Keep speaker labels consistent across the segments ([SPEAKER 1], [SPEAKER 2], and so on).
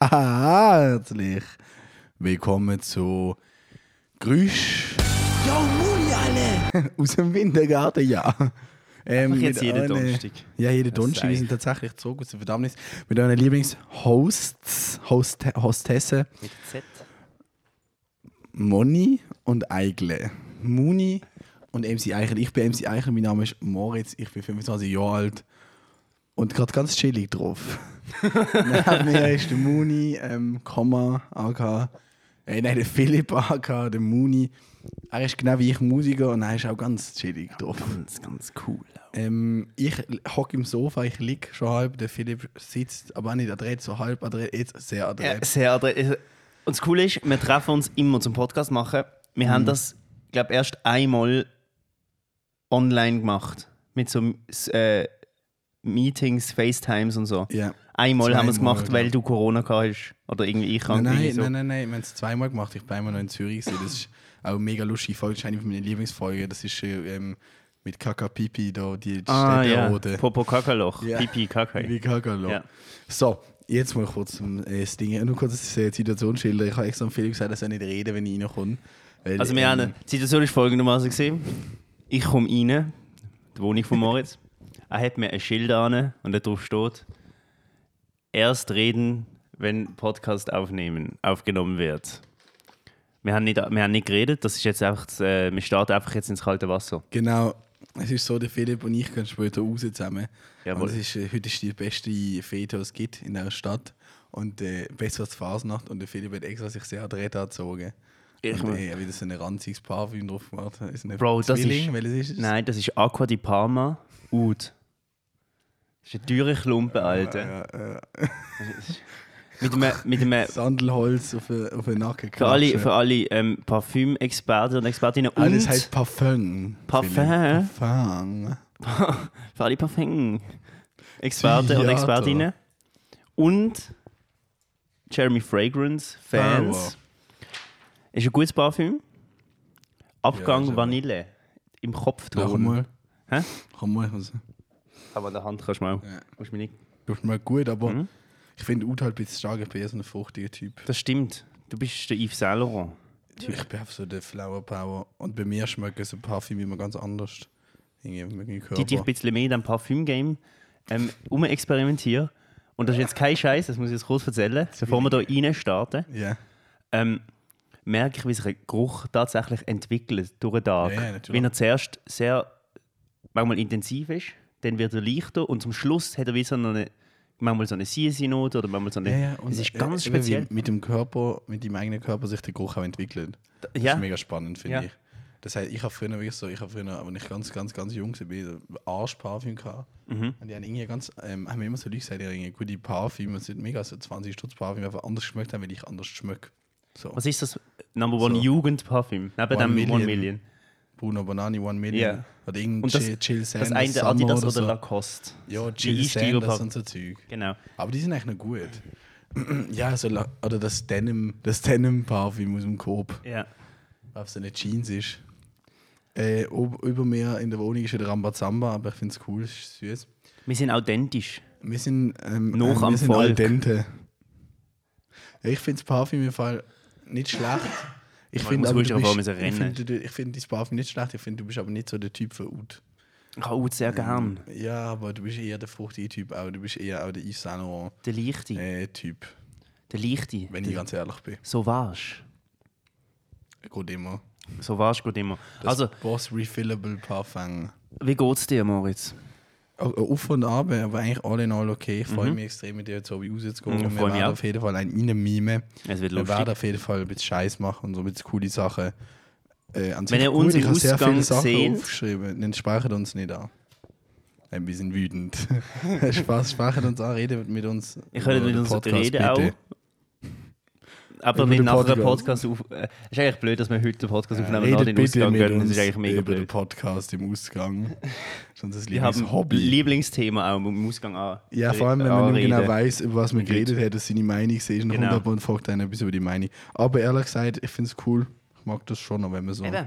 [SPEAKER 1] Herzlich willkommen zu Grüsch
[SPEAKER 2] Yo, Muni, alle!
[SPEAKER 1] aus dem Wintergarten, ja. Ähm,
[SPEAKER 2] Einfach jetzt
[SPEAKER 1] mit
[SPEAKER 2] jeden
[SPEAKER 1] euren-
[SPEAKER 2] Donnerstag.
[SPEAKER 1] Ja, jeden
[SPEAKER 2] Das
[SPEAKER 1] Donnerstag. Wir
[SPEAKER 2] sei.
[SPEAKER 1] sind tatsächlich zurück aus der Verdammnis mit euren Lieblingshosts, Host, Hostessen,
[SPEAKER 2] Mit Z.
[SPEAKER 1] Moni und Eigle. Moni und MC Eichel. Ich bin MC Eichel, mein Name ist Moritz, ich bin 25 Jahre alt und gerade ganz chillig drauf. Neben mir ist der Muni, ähm, Komma, AK, äh, nein, der Philipp AK, der Muni. Er ist genau wie ich Musiker und er ist auch ganz chillig drauf.
[SPEAKER 2] Ganz, ganz cool.
[SPEAKER 1] Ähm, ich hocke im Sofa, ich liege schon halb, der Philipp sitzt, aber auch nicht adrett, so halb adrett, jetzt sehr
[SPEAKER 2] Ja,
[SPEAKER 1] adrett.
[SPEAKER 2] sehr adre- Und das Coole ist, wir treffen uns immer zum Podcast machen. Wir
[SPEAKER 1] Mhm.
[SPEAKER 2] haben das, glaube ich, erst einmal online gemacht. Mit so äh, Meetings, FaceTimes und so.
[SPEAKER 1] Ja.
[SPEAKER 2] Einmal haben wir es
[SPEAKER 1] Zweimal,
[SPEAKER 2] gemacht,
[SPEAKER 1] glaub.
[SPEAKER 2] weil du Corona gehabt hast. Oder irgendwie ich krank
[SPEAKER 1] Nein,
[SPEAKER 2] irgendwie
[SPEAKER 1] nein,
[SPEAKER 2] so.
[SPEAKER 1] nein, nein, nein, wir haben es zweimal gemacht. Ich bin einmal noch in Zürich. Gewesen. Das ist auch eine mega lustige Folge. Das ist eine von meinen Lieblingsfolgen. Das ist äh, ähm, mit Kaka Pipi, da, die
[SPEAKER 2] Ah, ja.
[SPEAKER 1] Städterode.
[SPEAKER 2] Popo Kakaloch.
[SPEAKER 1] Ja.
[SPEAKER 2] Pipi Kakai.
[SPEAKER 1] Wie Kakalo.
[SPEAKER 2] Ja.
[SPEAKER 1] So, jetzt mal kurz ähm, das Ding, nur kurz die Situation schildern. Ich habe extra dem Philipp gesagt, er soll nicht reden, wenn ich reinkomme. Weil, ähm,
[SPEAKER 2] Also wir haben, die Situation ist folgendermaßen gesehen. Ich komme rein, die Wohnung von Moritz. er hat mir ein Schild an und da drauf steht: Erst reden, wenn Podcast aufnehmen, aufgenommen wird. Wir haben, nicht, wir haben nicht geredet, das ist jetzt einfach, das, äh, wir starten einfach jetzt ins kalte Wasser.
[SPEAKER 1] Genau. Es ist so, der Philipp und ich gehen später raus zusammen.
[SPEAKER 2] Jawohl.
[SPEAKER 1] Und es ist, äh, heute ist die beste Fete, die es gibt in der Stadt. Und äh, besser als die Fasnacht. Und der Philipp hat extra sich sehr adrett angezogen.
[SPEAKER 2] Ich-
[SPEAKER 1] und, äh, er hat wieder so ein ranziges Parfüm drauf gemacht. Ist ein
[SPEAKER 2] Bro, das
[SPEAKER 1] Zwilling,
[SPEAKER 2] ist-
[SPEAKER 1] Welches ist es?
[SPEAKER 2] Nein, das ist Aqua di Parma, Ud. Das ist ein teurer Klumpen, Alter.
[SPEAKER 1] Äh, äh,
[SPEAKER 2] Mit einem, mit einem
[SPEAKER 1] Sandelholz auf den auf den Nacken
[SPEAKER 2] für alle,
[SPEAKER 1] klatschen.
[SPEAKER 2] für alle ähm, Parfüm-Experten und Expertinnen
[SPEAKER 1] Ah,
[SPEAKER 2] und
[SPEAKER 1] das heißt Parfum.
[SPEAKER 2] Parfum.
[SPEAKER 1] Philipp. Parfum.
[SPEAKER 2] für alle perfekten Experten und
[SPEAKER 1] Theater.
[SPEAKER 2] Expertinnen. Und Jeremy Fragrance, Fans.
[SPEAKER 1] Ah, wow.
[SPEAKER 2] Ist ein gutes Parfüm. Abgang
[SPEAKER 1] ist aber-
[SPEAKER 2] Vanille. Im
[SPEAKER 1] Ja, komm
[SPEAKER 2] Kopfton.
[SPEAKER 1] mal.
[SPEAKER 2] Hä?
[SPEAKER 1] Komm mal. Also.
[SPEAKER 2] Aber an der Hand kannst du mal.
[SPEAKER 1] Ja.
[SPEAKER 2] Musst mich nicht.
[SPEAKER 1] Das ist mal gut, aber
[SPEAKER 2] Mhm.
[SPEAKER 1] ich finde Ut halt ein bisschen stark. Ich bin eher so ein fruchtiger Typ.
[SPEAKER 2] Das stimmt. Du bist der Yves Saint Laurent.
[SPEAKER 1] Ich bin einfach so der Flower Power. Und bei mir schmecken so Parfüm immer ganz anders. Irgendwie mit meinem Körper.
[SPEAKER 2] Die dich ein bisschen mehr in diesem Parfüm-Game ähm, umexperimentieren. Und das ist jetzt kein Scheiß, das muss ich jetzt kurz erzählen, bevor wir hier rein starten.
[SPEAKER 1] Ja.
[SPEAKER 2] ähm, merke ich, wie sich ein Geruch tatsächlich entwickelt durch den Tag.
[SPEAKER 1] Ja, ja, natürlich.
[SPEAKER 2] Wenn er zuerst sehr manchmal intensiv ist, dann wird er leichter und zum Schluss hat er wie so eine, manchmal so eine Siesie-Note oder manchmal so eine...
[SPEAKER 1] ja, ja.
[SPEAKER 2] es ist
[SPEAKER 1] äh,
[SPEAKER 2] ganz
[SPEAKER 1] eben wie
[SPEAKER 2] speziell.
[SPEAKER 1] Mit dem Körper, mit dem eigenen Körper sich der Geruch auch entwickelt. Das
[SPEAKER 2] ja.
[SPEAKER 1] ist mega spannend, finde
[SPEAKER 2] Ja.
[SPEAKER 1] ich. Das heißt, ich habe früher wirklich so, ich habe früher, als ich ganz, ganz, ganz jung war, so Arschparfüm gehabt.
[SPEAKER 2] Mhm.
[SPEAKER 1] Und die haben irgendwie ganz, ähm, haben mir immer so Leute gesagt, die haben irgendwie gute Parfüm, und sind mega so 20 Stutz Parfüm, die einfach anders geschmeckt haben, weil ich anders schmecke. So.
[SPEAKER 2] Was ist das Number One
[SPEAKER 1] So.
[SPEAKER 2] Jugendparfüm? Neben
[SPEAKER 1] One
[SPEAKER 2] dem One
[SPEAKER 1] Million.
[SPEAKER 2] Million.
[SPEAKER 1] Bruno Banani, One Million.
[SPEAKER 2] Ja.
[SPEAKER 1] Oder irgendein
[SPEAKER 2] Und das,
[SPEAKER 1] Chill, Chill
[SPEAKER 2] das
[SPEAKER 1] Sanders.
[SPEAKER 2] eine der
[SPEAKER 1] Summer
[SPEAKER 2] Adidas oder
[SPEAKER 1] so.
[SPEAKER 2] Lacoste.
[SPEAKER 1] Ja,
[SPEAKER 2] Die
[SPEAKER 1] Chill Sanders
[SPEAKER 2] Einsteigerparfüm.
[SPEAKER 1] und so Zeug.
[SPEAKER 2] Genau.
[SPEAKER 1] Aber die sind eigentlich noch gut. ja, so la- oder das Denim, das Denim-Parfüm aus dem Coop,
[SPEAKER 2] Ja.
[SPEAKER 1] was so eine Jeans ist. Äh, ob, über mir in der Wohnung ist ja der Rambazamba, aber ich finde es cool, es ist süß.
[SPEAKER 2] Wir sind authentisch.
[SPEAKER 1] Wir sind, ähm,
[SPEAKER 2] Noch
[SPEAKER 1] äh, wir
[SPEAKER 2] am
[SPEAKER 1] sind al
[SPEAKER 2] Volk.
[SPEAKER 1] dente. Ja, Ich finde das Parfüm im Fall nicht schlecht. Ich
[SPEAKER 2] Man
[SPEAKER 1] finde,
[SPEAKER 2] muss
[SPEAKER 1] aber
[SPEAKER 2] wirklich
[SPEAKER 1] du
[SPEAKER 2] auf
[SPEAKER 1] bist-
[SPEAKER 2] einmal so
[SPEAKER 1] ich
[SPEAKER 2] rennen.
[SPEAKER 1] finde, du- ich finde das Parfüm nicht schlecht, ich finde, du bist aber nicht so der Typ für Ut.
[SPEAKER 2] Ich habe auch sehr gern.
[SPEAKER 1] Ja, aber du bist eher der fruchtige Typ, aber du bist eher auch der Yves Saint Laurent
[SPEAKER 2] Der Leichte.
[SPEAKER 1] äh, Typ,
[SPEAKER 2] Der Leichte.
[SPEAKER 1] wenn ich ganz ehrlich bin.
[SPEAKER 2] So warst
[SPEAKER 1] Gut immer.
[SPEAKER 2] So warst gut immer.
[SPEAKER 1] Also,
[SPEAKER 2] also,
[SPEAKER 1] Boss Refillable Parfum.
[SPEAKER 2] wie geht's dir, Moritz?
[SPEAKER 1] äh, Auf und ab, aber eigentlich all in all okay. Ich freue mich extrem, mit dir jetzt so wie rauszugehen.
[SPEAKER 2] Mhm,
[SPEAKER 1] Wir
[SPEAKER 2] freu mich
[SPEAKER 1] werden
[SPEAKER 2] auch.
[SPEAKER 1] auf jeden Fall ein Innenmime.
[SPEAKER 2] Es wird
[SPEAKER 1] Wir
[SPEAKER 2] lustig.
[SPEAKER 1] werden auf jeden Fall ein bisschen Scheiß machen und so ein bisschen coole Sachen. Äh, an sich
[SPEAKER 2] Wenn ihr
[SPEAKER 1] gut.
[SPEAKER 2] uns
[SPEAKER 1] ich
[SPEAKER 2] im
[SPEAKER 1] habe sehr viele
[SPEAKER 2] Ausgang
[SPEAKER 1] Sachen
[SPEAKER 2] seht-
[SPEAKER 1] aufgeschrieben, dann speichert uns nicht an. Ein bisschen wütend. Spaß, speichert uns an, redet mit uns.
[SPEAKER 2] Ihr könnt
[SPEAKER 1] über
[SPEAKER 2] mit
[SPEAKER 1] den
[SPEAKER 2] uns
[SPEAKER 1] Podcast,
[SPEAKER 2] reden
[SPEAKER 1] bitte.
[SPEAKER 2] auch. Aber
[SPEAKER 1] Über
[SPEAKER 2] nicht
[SPEAKER 1] den
[SPEAKER 2] nachher den
[SPEAKER 1] Podcast.
[SPEAKER 2] Podcast auf. Äh, ist eigentlich blöd, dass wir heute den Podcast aufnehmen und
[SPEAKER 1] Redet
[SPEAKER 2] nach den
[SPEAKER 1] bitte
[SPEAKER 2] Ausgang
[SPEAKER 1] mit
[SPEAKER 2] gehen.
[SPEAKER 1] uns
[SPEAKER 2] Das ist eigentlich mega
[SPEAKER 1] über den
[SPEAKER 2] blöd.
[SPEAKER 1] Podcast im Ausgang. Sonst ist
[SPEAKER 2] Wir haben
[SPEAKER 1] das
[SPEAKER 2] ein
[SPEAKER 1] Hobby.
[SPEAKER 2] Lieblingsthema auch im Ausgang an.
[SPEAKER 1] Ja, vor allem, wenn man nicht
[SPEAKER 2] anreden.
[SPEAKER 1] genau weiß, über was man geredet hat, dass seine Meinung ist und
[SPEAKER 2] Genau.
[SPEAKER 1] kommt ab und fragt einen etwas über die Meinung. Aber ehrlich gesagt, ich finde es cool. Ich mag das schon, auch wenn man so.
[SPEAKER 2] Eben.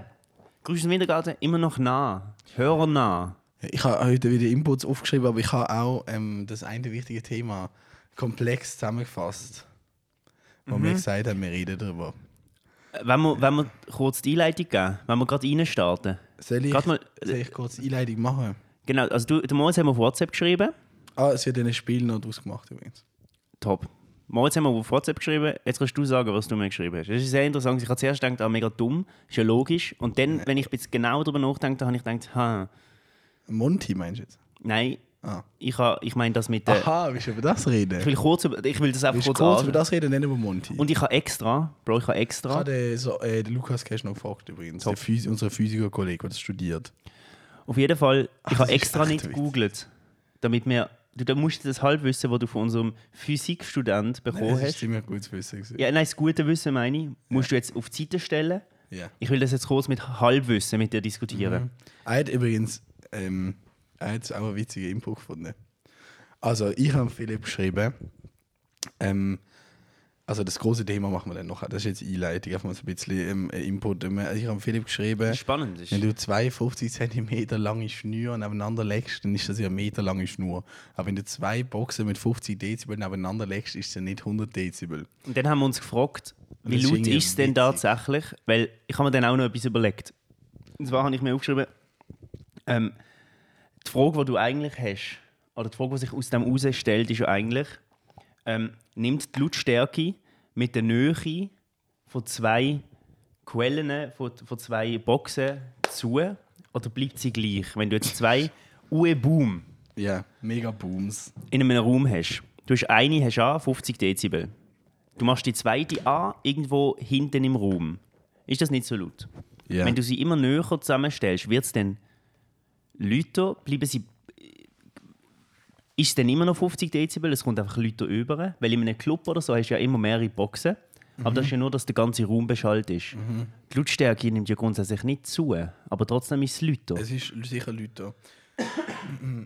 [SPEAKER 2] Grüß den Wintergarten immer noch nah. Hörer nah.
[SPEAKER 1] Ich habe heute wieder Inputs aufgeschrieben, aber ich habe auch ähm, das eine wichtige Thema komplex zusammengefasst. wo
[SPEAKER 2] Mhm.
[SPEAKER 1] wir gesagt haben, wir reden darüber.
[SPEAKER 2] Wenn wir, wenn wir kurz die Einleitung geben, wenn wir gerade reinstarten.
[SPEAKER 1] Soll ich,
[SPEAKER 2] Gerade mal-
[SPEAKER 1] soll ich kurz die Einleitung machen?
[SPEAKER 2] Genau, also du, der Moritz haben wir auf WhatsApp geschrieben.
[SPEAKER 1] Ah, es wird in einem Spiel noch draus gemacht übrigens.
[SPEAKER 2] Top. Moritz haben wir auf WhatsApp geschrieben. Jetzt kannst du sagen, was du mir geschrieben hast. Das ist sehr interessant. Ich habe zuerst gedacht, ah, mega dumm, ist ja logisch. Und dann, wenn ich jetzt genau darüber nachdenke, habe ich gedacht, ha,
[SPEAKER 1] Monty meinst du jetzt?
[SPEAKER 2] nein,
[SPEAKER 1] Ah.
[SPEAKER 2] ich, habe- ich meine das mit der.
[SPEAKER 1] Aha, willst du über das reden?
[SPEAKER 2] Ich will, kurz über, ich will das einfach
[SPEAKER 1] willst du
[SPEAKER 2] kurz,
[SPEAKER 1] kurz
[SPEAKER 2] kurz
[SPEAKER 1] über das reden, dann über Monty?
[SPEAKER 2] Und ich habe extra, Bro, ich habe extra.
[SPEAKER 1] Ah, der, so, äh, der Lukas Cash noch gefragt übrigens. Der Physi unser Physikerkollege, der das studiert.
[SPEAKER 2] Auf jeden Fall, ich
[SPEAKER 1] das
[SPEAKER 2] habe
[SPEAKER 1] ist
[SPEAKER 2] extra
[SPEAKER 1] echt
[SPEAKER 2] nicht
[SPEAKER 1] witzig.
[SPEAKER 2] gegoogelt, damit wir. Du da musst du das Halbwissen, das du von unserem Physikstudent bekommen
[SPEAKER 1] das ist
[SPEAKER 2] hast.
[SPEAKER 1] ziemlich gutes Wissen. gewesen.
[SPEAKER 2] Ja, nein, das gute Wissen meine ich, musst du jetzt auf die Seite stellen.
[SPEAKER 1] Ja.
[SPEAKER 2] Ich will das jetzt kurz mit Halbwissen mit dir
[SPEAKER 1] Mhm.
[SPEAKER 2] diskutieren.
[SPEAKER 1] Er hat übrigens ähm, er hat auch einen witzigen Input gefunden. Also, ich habe Philipp geschrieben, ähm, also das große Thema machen wir dann noch. Das ist jetzt Einleitung, einfach mal so ein bisschen ähm, Input. Also ich habe Philipp geschrieben,
[SPEAKER 2] Spannend ist.
[SPEAKER 1] wenn du 52 cm lange Schnüre nebeneinander legst, dann ist das ja eine meterlange Schnur. Aber wenn du zwei Boxen mit 50 Dezibel nebeneinander legst, ist das nicht 100 Dezibel.
[SPEAKER 2] Und dann haben wir uns gefragt, wie
[SPEAKER 1] Das ist
[SPEAKER 2] laut
[SPEAKER 1] irgendwie
[SPEAKER 2] ist es denn
[SPEAKER 1] witzig.
[SPEAKER 2] tatsächlich? Weil ich habe mir dann auch noch etwas überlegt. Und zwar habe ich mir aufgeschrieben, ähm, die Frage, die du eigentlich hast, oder die Frage, die sich aus dem heraus stellt, ist ja eigentlich, ähm, nimmt die Lautstärke mit der Nähe von zwei Quellen, von, von zwei Boxen zu, oder bleibt sie gleich? Wenn du jetzt zwei UE-Boom
[SPEAKER 1] Ja, mega Booms.
[SPEAKER 2] in einem Raum hast. Du hast eine hast an, 50 Dezibel. Du machst die zweite an, irgendwo hinten im Raum. Ist das nicht so laut?
[SPEAKER 1] Ja.
[SPEAKER 2] Wenn du sie immer näher zusammenstellst, wird es dann lauter, bleiben sie... Ist es dann immer noch 50 Dezibel, es kommt einfach lauter über. Weil in einem Club oder so hast du ja immer mehrere Boxen. Aber das ist ja nur, dass der ganze Raum beschallt ist. Die Lautstärke nimmt ja grundsätzlich nicht zu, aber trotzdem ist es lauter.
[SPEAKER 1] Es ist sicher Leute da.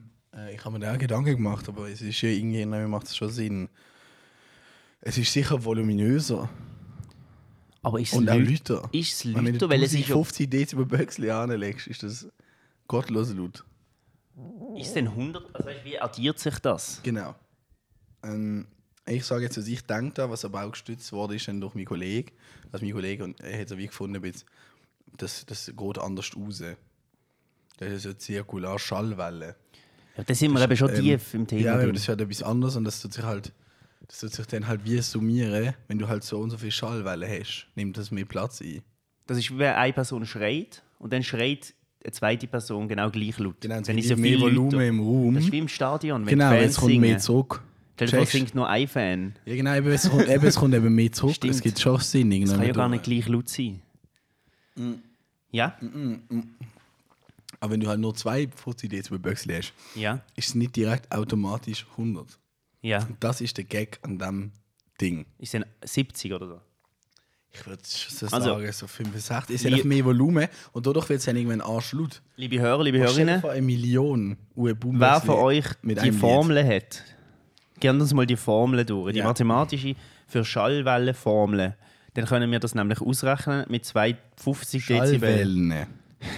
[SPEAKER 1] Äh, ich habe mir da auch Gedanken gemacht, aber es ist ja irgendwie, nein, macht es schon Sinn. Es ist sicher voluminöser
[SPEAKER 2] aber ist es
[SPEAKER 1] und auch
[SPEAKER 2] laut-
[SPEAKER 1] Leute.
[SPEAKER 2] Ist es
[SPEAKER 1] Wenn
[SPEAKER 2] lauter,
[SPEAKER 1] du
[SPEAKER 2] weil es ist ja
[SPEAKER 1] 50 Dezibel Böxli anlegst, ist das gottlos laut.
[SPEAKER 2] Ist denn 100? Also weißt du, wie addiert sich das?
[SPEAKER 1] Genau. Ähm, ich sage jetzt, was ich denke da, was aber auch gestützt wurde, ist dann durch meinen Kollegen. Also mein Kollege und er hat so wie gefunden, bis- das, das geht anders raus. Das ist eine zirkular Schallwelle.
[SPEAKER 2] Ja, da sind wir eben schon
[SPEAKER 1] ähm,
[SPEAKER 2] tief im Thema.
[SPEAKER 1] Ja, aber
[SPEAKER 2] drin.
[SPEAKER 1] das ist halt etwas anderes und das tut sich halt, das tut sich dann halt wie summieren, wenn du halt so und so viel Schallwellen hast, nimmt das mehr Platz ein.
[SPEAKER 2] das ist, wenn eine Person schreit und dann schreit eine zweite Person genau gleich laut.
[SPEAKER 1] Genau, es
[SPEAKER 2] dann
[SPEAKER 1] gibt
[SPEAKER 2] ist ja
[SPEAKER 1] mehr
[SPEAKER 2] viel
[SPEAKER 1] Volumen
[SPEAKER 2] lauter.
[SPEAKER 1] im
[SPEAKER 2] Das ist
[SPEAKER 1] Raum.
[SPEAKER 2] wie im Stadion, wenn
[SPEAKER 1] Genau,
[SPEAKER 2] die Fans
[SPEAKER 1] jetzt kommt
[SPEAKER 2] singen.
[SPEAKER 1] mehr zurück.
[SPEAKER 2] Stell dir vor,
[SPEAKER 1] Checkst?
[SPEAKER 2] singt nur ein Fan.
[SPEAKER 1] Ja, genau, eben, es kommt, eben, es kommt eben mehr zurück.
[SPEAKER 2] Stimmt.
[SPEAKER 1] Es gibt schon Sinn.
[SPEAKER 2] Das kann ja gar nicht gleich laut sein.
[SPEAKER 1] Mm.
[SPEAKER 2] Ja?
[SPEAKER 1] Aber wenn du halt nur zwei 50 Dezibel Böxli hast,
[SPEAKER 2] Ja?
[SPEAKER 1] ist es nicht direkt automatisch 100.
[SPEAKER 2] Ja?
[SPEAKER 1] Das ist der Gag an dem Ding.
[SPEAKER 2] Ist dann 70 oder so?
[SPEAKER 1] Ich würde so
[SPEAKER 2] Also-
[SPEAKER 1] sagen, so 65. Es ist
[SPEAKER 2] Lie-
[SPEAKER 1] einfach mehr Volumen und dadurch wird es dann irgendwann Arsch laut.
[SPEAKER 2] Liebe Hörer, liebe
[SPEAKER 1] Stell dir
[SPEAKER 2] Hörerinnen,
[SPEAKER 1] vor, eine Million Uhr-Boom.
[SPEAKER 2] wer von euch
[SPEAKER 1] mit
[SPEAKER 2] die
[SPEAKER 1] einem Lied.
[SPEAKER 2] Formel hat, gerne uns mal die Formel durch, die
[SPEAKER 1] Ja.
[SPEAKER 2] mathematische für Schallwellenformel. Dann können wir das nämlich ausrechnen mit 250 Dezibel.
[SPEAKER 1] Schallwellen.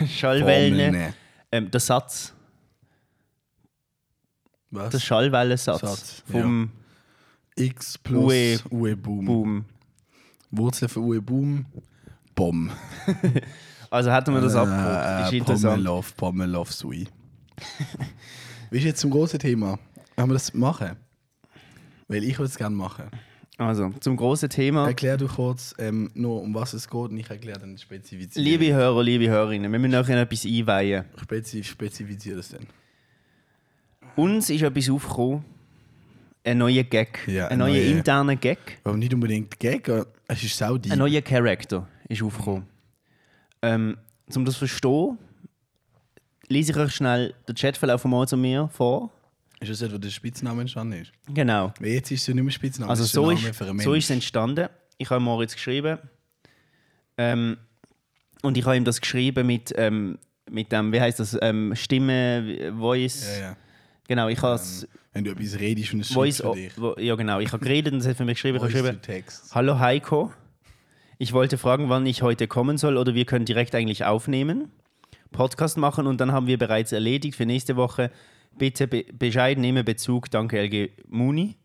[SPEAKER 2] Schallwellen.
[SPEAKER 1] Formeln.
[SPEAKER 2] Ähm, der Satz,
[SPEAKER 1] Was?
[SPEAKER 2] der Schallwellensatz
[SPEAKER 1] Satz,
[SPEAKER 2] vom
[SPEAKER 1] X plus UE-Boom.
[SPEAKER 2] Boom.
[SPEAKER 1] Wurzel für UE-Boom. Bom.
[SPEAKER 2] Also hätten wir das abgeguckt. Ist
[SPEAKER 1] Äh,
[SPEAKER 2] interessant.
[SPEAKER 1] Pommelov, Pommelov, Sui. Wie ist jetzt zum großen Thema? Wollen wir das machen? Weil ich würde es gerne machen.
[SPEAKER 2] Also, zum großen Thema.
[SPEAKER 1] Erklär du kurz ähm, nur, um was es geht und ich erkläre dann spezifiziere.
[SPEAKER 2] Liebe Hörer, liebe Hörerinnen, wir müssen nachher noch etwas einweihen.
[SPEAKER 1] Spezif spezifiziere das dann.
[SPEAKER 2] Uns ist etwas aufgekommen. Ein neuer Gag.
[SPEAKER 1] Ja,
[SPEAKER 2] ein
[SPEAKER 1] ein
[SPEAKER 2] neuer
[SPEAKER 1] neuer-
[SPEAKER 2] interner Gag.
[SPEAKER 1] Aber nicht unbedingt Gag, aber es ist sau deep.
[SPEAKER 2] Ein neuer Charakter ist aufgekommen. Ähm, um das zu verstehen, lese ich euch schnell den Chatverlauf von Moritz und mir vor.
[SPEAKER 1] Ist das etwa der Spitzname entstanden ist?
[SPEAKER 2] Genau.
[SPEAKER 1] Weil jetzt ist es ja nicht mehr Spitzname.
[SPEAKER 2] Also
[SPEAKER 1] es der
[SPEAKER 2] so
[SPEAKER 1] Name
[SPEAKER 2] ist,
[SPEAKER 1] für einen
[SPEAKER 2] so
[SPEAKER 1] Mensch.
[SPEAKER 2] ist es entstanden. Ich habe Moritz geschrieben. Ähm, und ich habe ihm das geschrieben mit, ähm, mit dem, wie heißt das, ähm, Stimme, äh, Voice.
[SPEAKER 1] Ja, ja.
[SPEAKER 2] Genau, ich habe es
[SPEAKER 1] Wenn du etwas redest und es
[SPEAKER 2] Voice.
[SPEAKER 1] schreibst für dich.
[SPEAKER 2] wo, ja, genau. Ich habe geredet und es hat für mich geschrieben. Ich habe
[SPEAKER 1] Voice
[SPEAKER 2] geschrieben,
[SPEAKER 1] to Text.
[SPEAKER 2] Hallo Heiko. Ich wollte fragen, wann ich heute kommen soll oder wir können direkt eigentlich aufnehmen, Podcast machen und dann haben wir bereits erledigt für nächste Woche. Bitte be Bescheid, nehme Bezug. Danke, LG Moni.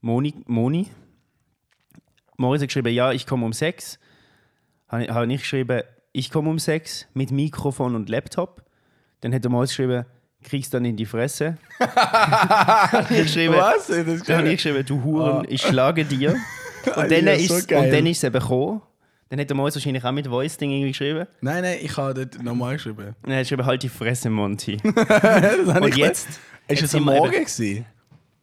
[SPEAKER 2] Moni, Moni. Moritz hat geschrieben, ja, ich komme um sechs. Habe habe ich geschrieben, ich komme um sechs mit Mikrofon und Laptop. Dann hat der Moritz geschrieben, kriegst dann in die Fresse. Habe ich geschrieben,
[SPEAKER 1] Was? Hat das
[SPEAKER 2] Dann habe ich
[SPEAKER 1] gesagt?
[SPEAKER 2] geschrieben, du Huren, ich schlage dir. Und dann
[SPEAKER 1] Ah, Ja,
[SPEAKER 2] ist
[SPEAKER 1] so
[SPEAKER 2] es
[SPEAKER 1] geil.
[SPEAKER 2] so bekommen. Dann hat der Moritz wahrscheinlich auch mit Voice-Ding irgendwie geschrieben.
[SPEAKER 1] Nein, nein, ich habe dort normal geschrieben.
[SPEAKER 2] Und er hat geschrieben, halt die Fresse, Monty.
[SPEAKER 1] Das habe
[SPEAKER 2] Und
[SPEAKER 1] ich
[SPEAKER 2] jetzt,
[SPEAKER 1] Ist es
[SPEAKER 2] sind
[SPEAKER 1] am
[SPEAKER 2] wir eben-
[SPEAKER 1] Morgen gewesen?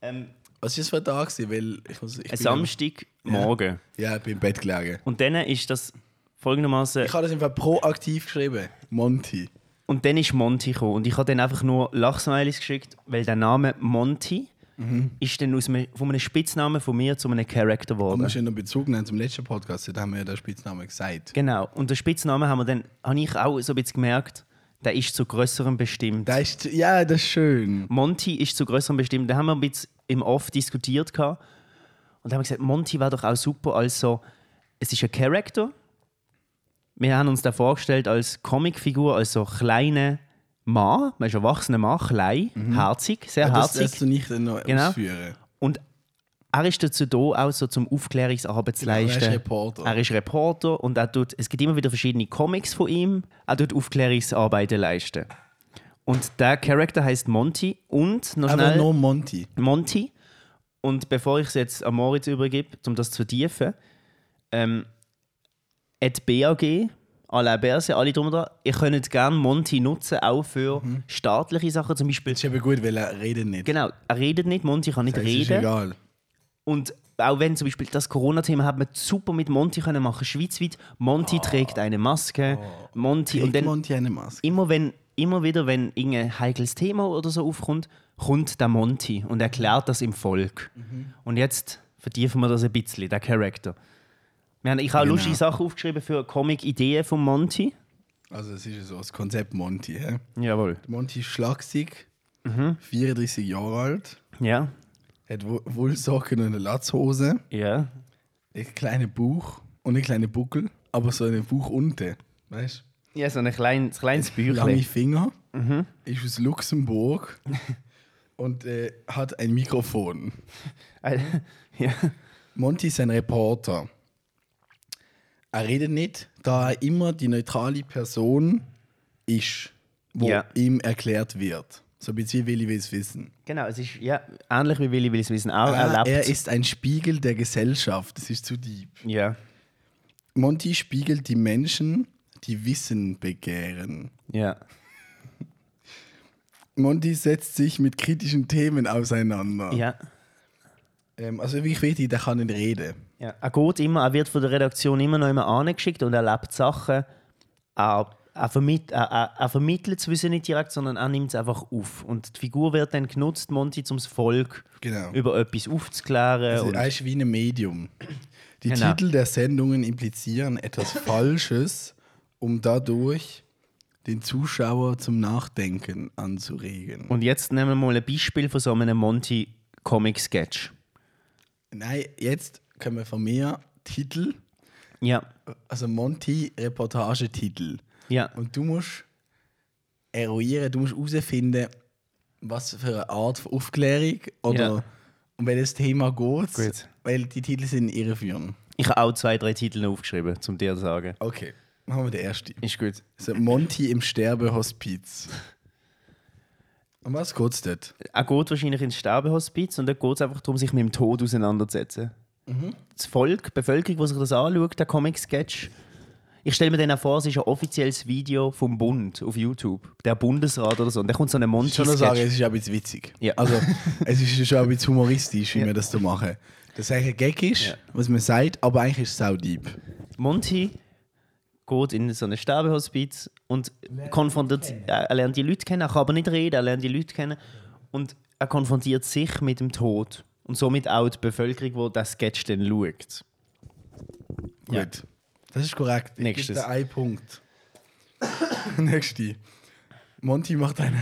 [SPEAKER 2] ähm,
[SPEAKER 1] Was war es für ein Tag gewesen? Weil ich muss... Ich
[SPEAKER 2] ein
[SPEAKER 1] bin-
[SPEAKER 2] Samstagmorgen.
[SPEAKER 1] Ja, ich bin im Bett gelegen.
[SPEAKER 2] Und dann ist das folgendermaßen.
[SPEAKER 1] Ich habe das einfach proaktiv geschrieben. Monty.
[SPEAKER 2] Und dann ist Monty gekommen. Und ich habe dann einfach nur Lachsmileys geschickt, weil der Name Monty
[SPEAKER 1] Mhm.
[SPEAKER 2] ist dann aus einem, von einem Spitznamen von mir zu einem Charakter
[SPEAKER 1] Und
[SPEAKER 2] geworden.
[SPEAKER 1] wir schon noch Bezug nehmen zum letzten Podcast, da haben wir ja den Spitznamen gesagt.
[SPEAKER 2] Genau. Und der Spitzname haben wir dann, habe ich auch so ein bisschen gemerkt, der ist zu größerem bestimmt.
[SPEAKER 1] Da ist, ja, das ist schön.
[SPEAKER 2] Monty ist zu größerem bestimmt. Da haben wir ein bisschen im Off diskutiert. gehabt. Und da haben wir gesagt, Monty war doch auch super als so, es ist ein Charakter. Wir haben uns da vorgestellt als Comicfigur, als so kleine Mann, man ist ein erwachsener Mann, klein, herzig, sehr
[SPEAKER 1] Mhm. Das
[SPEAKER 2] herzig.
[SPEAKER 1] darfst du nicht dann noch
[SPEAKER 2] Genau.
[SPEAKER 1] ausführen.
[SPEAKER 2] Und er ist dazu da, auch so zum Aufklärungsarbeit zu
[SPEAKER 1] Genau, er ist
[SPEAKER 2] leisten.
[SPEAKER 1] Reporter.
[SPEAKER 2] Er ist Reporter und er tut, es gibt immer wieder verschiedene Comics von ihm. Er tut Aufklärungsarbeiten leisten. Und der Charakter heißt Monty und noch
[SPEAKER 1] Aber
[SPEAKER 2] schnell
[SPEAKER 1] nur Monty.
[SPEAKER 2] Monty. Und bevor ich es jetzt an Moritz übergebe, um das zu vertiefen, ähm, at BAG, alle Berse, alle drum und dran, ihr könnt gerne Monty nutzen, auch für
[SPEAKER 1] Mhm.
[SPEAKER 2] staatliche Sachen, zum Beispiel.
[SPEAKER 1] Das ist eben gut, weil er redet nicht.
[SPEAKER 2] Genau, er redet nicht, Monty kann nicht
[SPEAKER 1] Das ist
[SPEAKER 2] reden.
[SPEAKER 1] egal.
[SPEAKER 2] Und auch wenn zum Beispiel das Corona-Thema hat man super mit Monty können machen, schweizweit.
[SPEAKER 1] Ah.
[SPEAKER 2] Monty trägt eine Maske. Monty und
[SPEAKER 1] Und
[SPEAKER 2] dann
[SPEAKER 1] Monty eine Maske.
[SPEAKER 2] immer wenn immer wieder, wenn irgendein heikles Thema oder so aufkommt, kommt der Monty und erklärt das im Volk. Und jetzt vertiefen wir das ein bisschen, der Charakter. Wir haben, ich habe
[SPEAKER 1] Genau.
[SPEAKER 2] lustige Sachen aufgeschrieben für Comic-Ideen von Monty.
[SPEAKER 1] Also es ist so das Konzept Monty. He?
[SPEAKER 2] Jawohl.
[SPEAKER 1] Monty ist schlagsig, Mhm. 34 Jahre alt,
[SPEAKER 2] Ja.
[SPEAKER 1] hat Wo- Wollsocken und eine Latzhose,
[SPEAKER 2] Ja.
[SPEAKER 1] einen kleinen Bauch und einen kleinen Buckel, aber so einen Bauch unten, weißt
[SPEAKER 2] Ja, so ein kleines, kleines
[SPEAKER 1] du? Lange
[SPEAKER 2] Büchlein.
[SPEAKER 1] Finger,
[SPEAKER 2] Mhm.
[SPEAKER 1] ist aus Luxemburg und äh, hat ein Mikrofon.
[SPEAKER 2] ja.
[SPEAKER 1] Monty ist ein Reporter. Er redet nicht, da er immer die neutrale Person ist, wo
[SPEAKER 2] Ja.
[SPEAKER 1] ihm erklärt wird. So ein bisschen wie Willi will es wissen.
[SPEAKER 2] Genau, es ist ja, ähnlich wie Willi will es wissen. Auch
[SPEAKER 1] Ah,
[SPEAKER 2] erlebt.
[SPEAKER 1] er ist ein Spiegel der Gesellschaft. Das ist zu deep.
[SPEAKER 2] ja.
[SPEAKER 1] Monty spiegelt die Menschen, die Wissen begehren.
[SPEAKER 2] Ja.
[SPEAKER 1] Monty setzt sich mit kritischen Themen auseinander.
[SPEAKER 2] Ja.
[SPEAKER 1] Ähm, also wie ich weiß, der kann nicht reden.
[SPEAKER 2] ja. Er geht immer, er wird von der Redaktion immer noch immer angeschickt und erlebt Sachen. Er, er, vermitt, er, er, er vermittelt es wissen nicht direkt, sondern er nimmt es einfach auf. Und die Figur wird dann genutzt, Monty, um das Volk
[SPEAKER 1] Genau.
[SPEAKER 2] über etwas aufzuklären.
[SPEAKER 1] Also,
[SPEAKER 2] und,
[SPEAKER 1] er ist wie ein Medium. Die
[SPEAKER 2] Genau.
[SPEAKER 1] Titel der Sendungen implizieren etwas Falsches, um dadurch den Zuschauer zum Nachdenken anzuregen.
[SPEAKER 2] und jetzt nehmen wir mal ein Beispiel von so einem Monty-Comic-Sketch.
[SPEAKER 1] Nein, jetzt können wir von mir Titel,
[SPEAKER 2] Ja.
[SPEAKER 1] also Monty Reportagetitel.
[SPEAKER 2] Ja.
[SPEAKER 1] Und du musst eruieren, du musst herausfinden, was für eine Art von Aufklärung oder
[SPEAKER 2] Ja.
[SPEAKER 1] um welches Thema geht
[SPEAKER 2] Gut.
[SPEAKER 1] weil die Titel sind irreführend.
[SPEAKER 2] Ich habe auch zwei, drei Titel aufgeschrieben, um dir zu sagen.
[SPEAKER 1] Okay, machen wir den ersten.
[SPEAKER 2] Ist gut.
[SPEAKER 1] So, Monty im Sterbehospiz. Und was geht's dort?
[SPEAKER 2] er geht wahrscheinlich ins Sterbehospiz und dort geht es einfach darum, sich mit dem Tod auseinanderzusetzen. Das Volk, die Bevölkerung, die sich das anschaut, der Comic-Sketch. Ich stelle mir den auch vor, es ist ein offizielles Video vom Bund auf YouTube. Der Bundesrat oder so. Und dann kommt so ein
[SPEAKER 1] Ich kann nur sagen,
[SPEAKER 2] Monty-Sketch.
[SPEAKER 1] es ist ein bisschen witzig.
[SPEAKER 2] Ja.
[SPEAKER 1] Also, es ist schon ein bisschen humoristisch, wie wir das da machen. Dass eigentlich ein Gag ist,
[SPEAKER 2] Ja.
[SPEAKER 1] was man sagt, aber eigentlich ist es auch deep.
[SPEAKER 2] Monty geht in so ein Sterbehospiz und konfrontiert, er er lernt die Leute kennen, er kann aber nicht reden, er lernt die Leute kennen. Und er konfrontiert sich mit dem Tod. Und somit auch die Bevölkerung, die das Sketch dann schaut.
[SPEAKER 1] Gut.
[SPEAKER 2] Ja.
[SPEAKER 1] Das ist korrekt. Ich
[SPEAKER 2] Nächstes.
[SPEAKER 1] gebe dir einen Punkt. Nächste. Monty macht eine.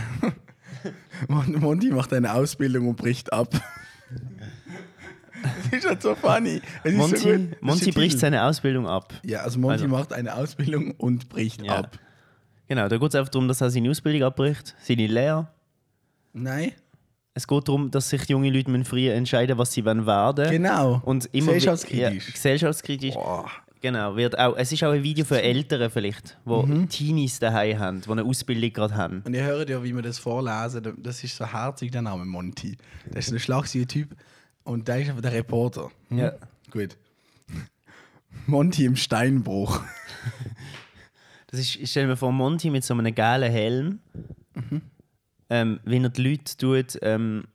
[SPEAKER 1] Mon- Monty macht eine Ausbildung und bricht ab. das ist halt so funny. Es ist so gut.
[SPEAKER 2] Monty,
[SPEAKER 1] Das ist
[SPEAKER 2] Monty
[SPEAKER 1] der
[SPEAKER 2] bricht
[SPEAKER 1] Titel.
[SPEAKER 2] seine Ausbildung ab.
[SPEAKER 1] Ja, also Monty
[SPEAKER 2] Also-
[SPEAKER 1] macht eine Ausbildung und bricht
[SPEAKER 2] Ja.
[SPEAKER 1] ab.
[SPEAKER 2] Genau, da geht es einfach darum, dass er seine Ausbildung abbricht, seine Lehre.
[SPEAKER 1] Nein,
[SPEAKER 2] es geht darum, dass sich junge Leute müssen früh entscheiden was sie wollen werden
[SPEAKER 1] Genau.
[SPEAKER 2] Und immer
[SPEAKER 1] Gesellschaftskritisch.
[SPEAKER 2] Ja, gesellschaftskritisch.
[SPEAKER 1] Boah.
[SPEAKER 2] Genau, wird auch, es ist auch ein Video für Eltern vielleicht, wo
[SPEAKER 1] Mhm.
[SPEAKER 2] Teenies daheim haben, die eine Ausbildung gerade haben.
[SPEAKER 1] Und ihr hört ja, wie wir das vorlesen, das ist so herzig, der Name Monty. Das ist ein schlagsiger Typ und der ist einfach der Reporter. Hm?
[SPEAKER 2] Ja.
[SPEAKER 1] Gut. Monty im Steinbruch.
[SPEAKER 2] Das ist, ich stelle mir vor, Monty mit so einem gelben Helm,
[SPEAKER 1] Mhm.
[SPEAKER 2] ähm, wie er die Leute tut, ähm,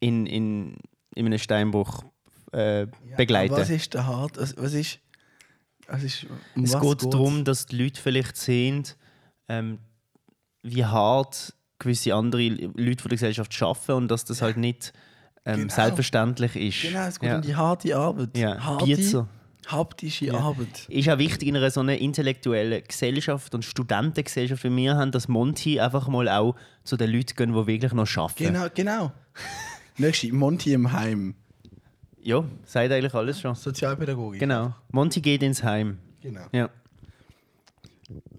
[SPEAKER 2] in, in, in einem Steinbruch äh, begleiten.
[SPEAKER 1] Was ist der Hart? Was, was ist. Was ist um
[SPEAKER 2] Es
[SPEAKER 1] was
[SPEAKER 2] geht
[SPEAKER 1] geht's?
[SPEAKER 2] darum, dass die Leute vielleicht sehen, ähm, wie hart gewisse andere Leute von der Gesellschaft arbeiten und dass das halt nicht ähm,
[SPEAKER 1] Genau.
[SPEAKER 2] selbstverständlich ist.
[SPEAKER 1] Genau, es geht
[SPEAKER 2] ja.
[SPEAKER 1] um die harte Arbeit.
[SPEAKER 2] Ja,
[SPEAKER 1] Harte,
[SPEAKER 2] Pietzer.
[SPEAKER 1] haptische Arbeit.
[SPEAKER 2] ist auch wichtig in einer so einer intellektuellen Gesellschaft und Studentengesellschaft wie wir haben, dass Monty einfach mal auch zu den Leuten gehen, die wirklich noch arbeiten.
[SPEAKER 1] Genau, genau. Nächste, Monty im Heim.
[SPEAKER 2] Ja, sagt eigentlich alles schon.
[SPEAKER 1] Sozialpädagogik.
[SPEAKER 2] Genau. Monty geht ins Heim.
[SPEAKER 1] genau.
[SPEAKER 2] Ja.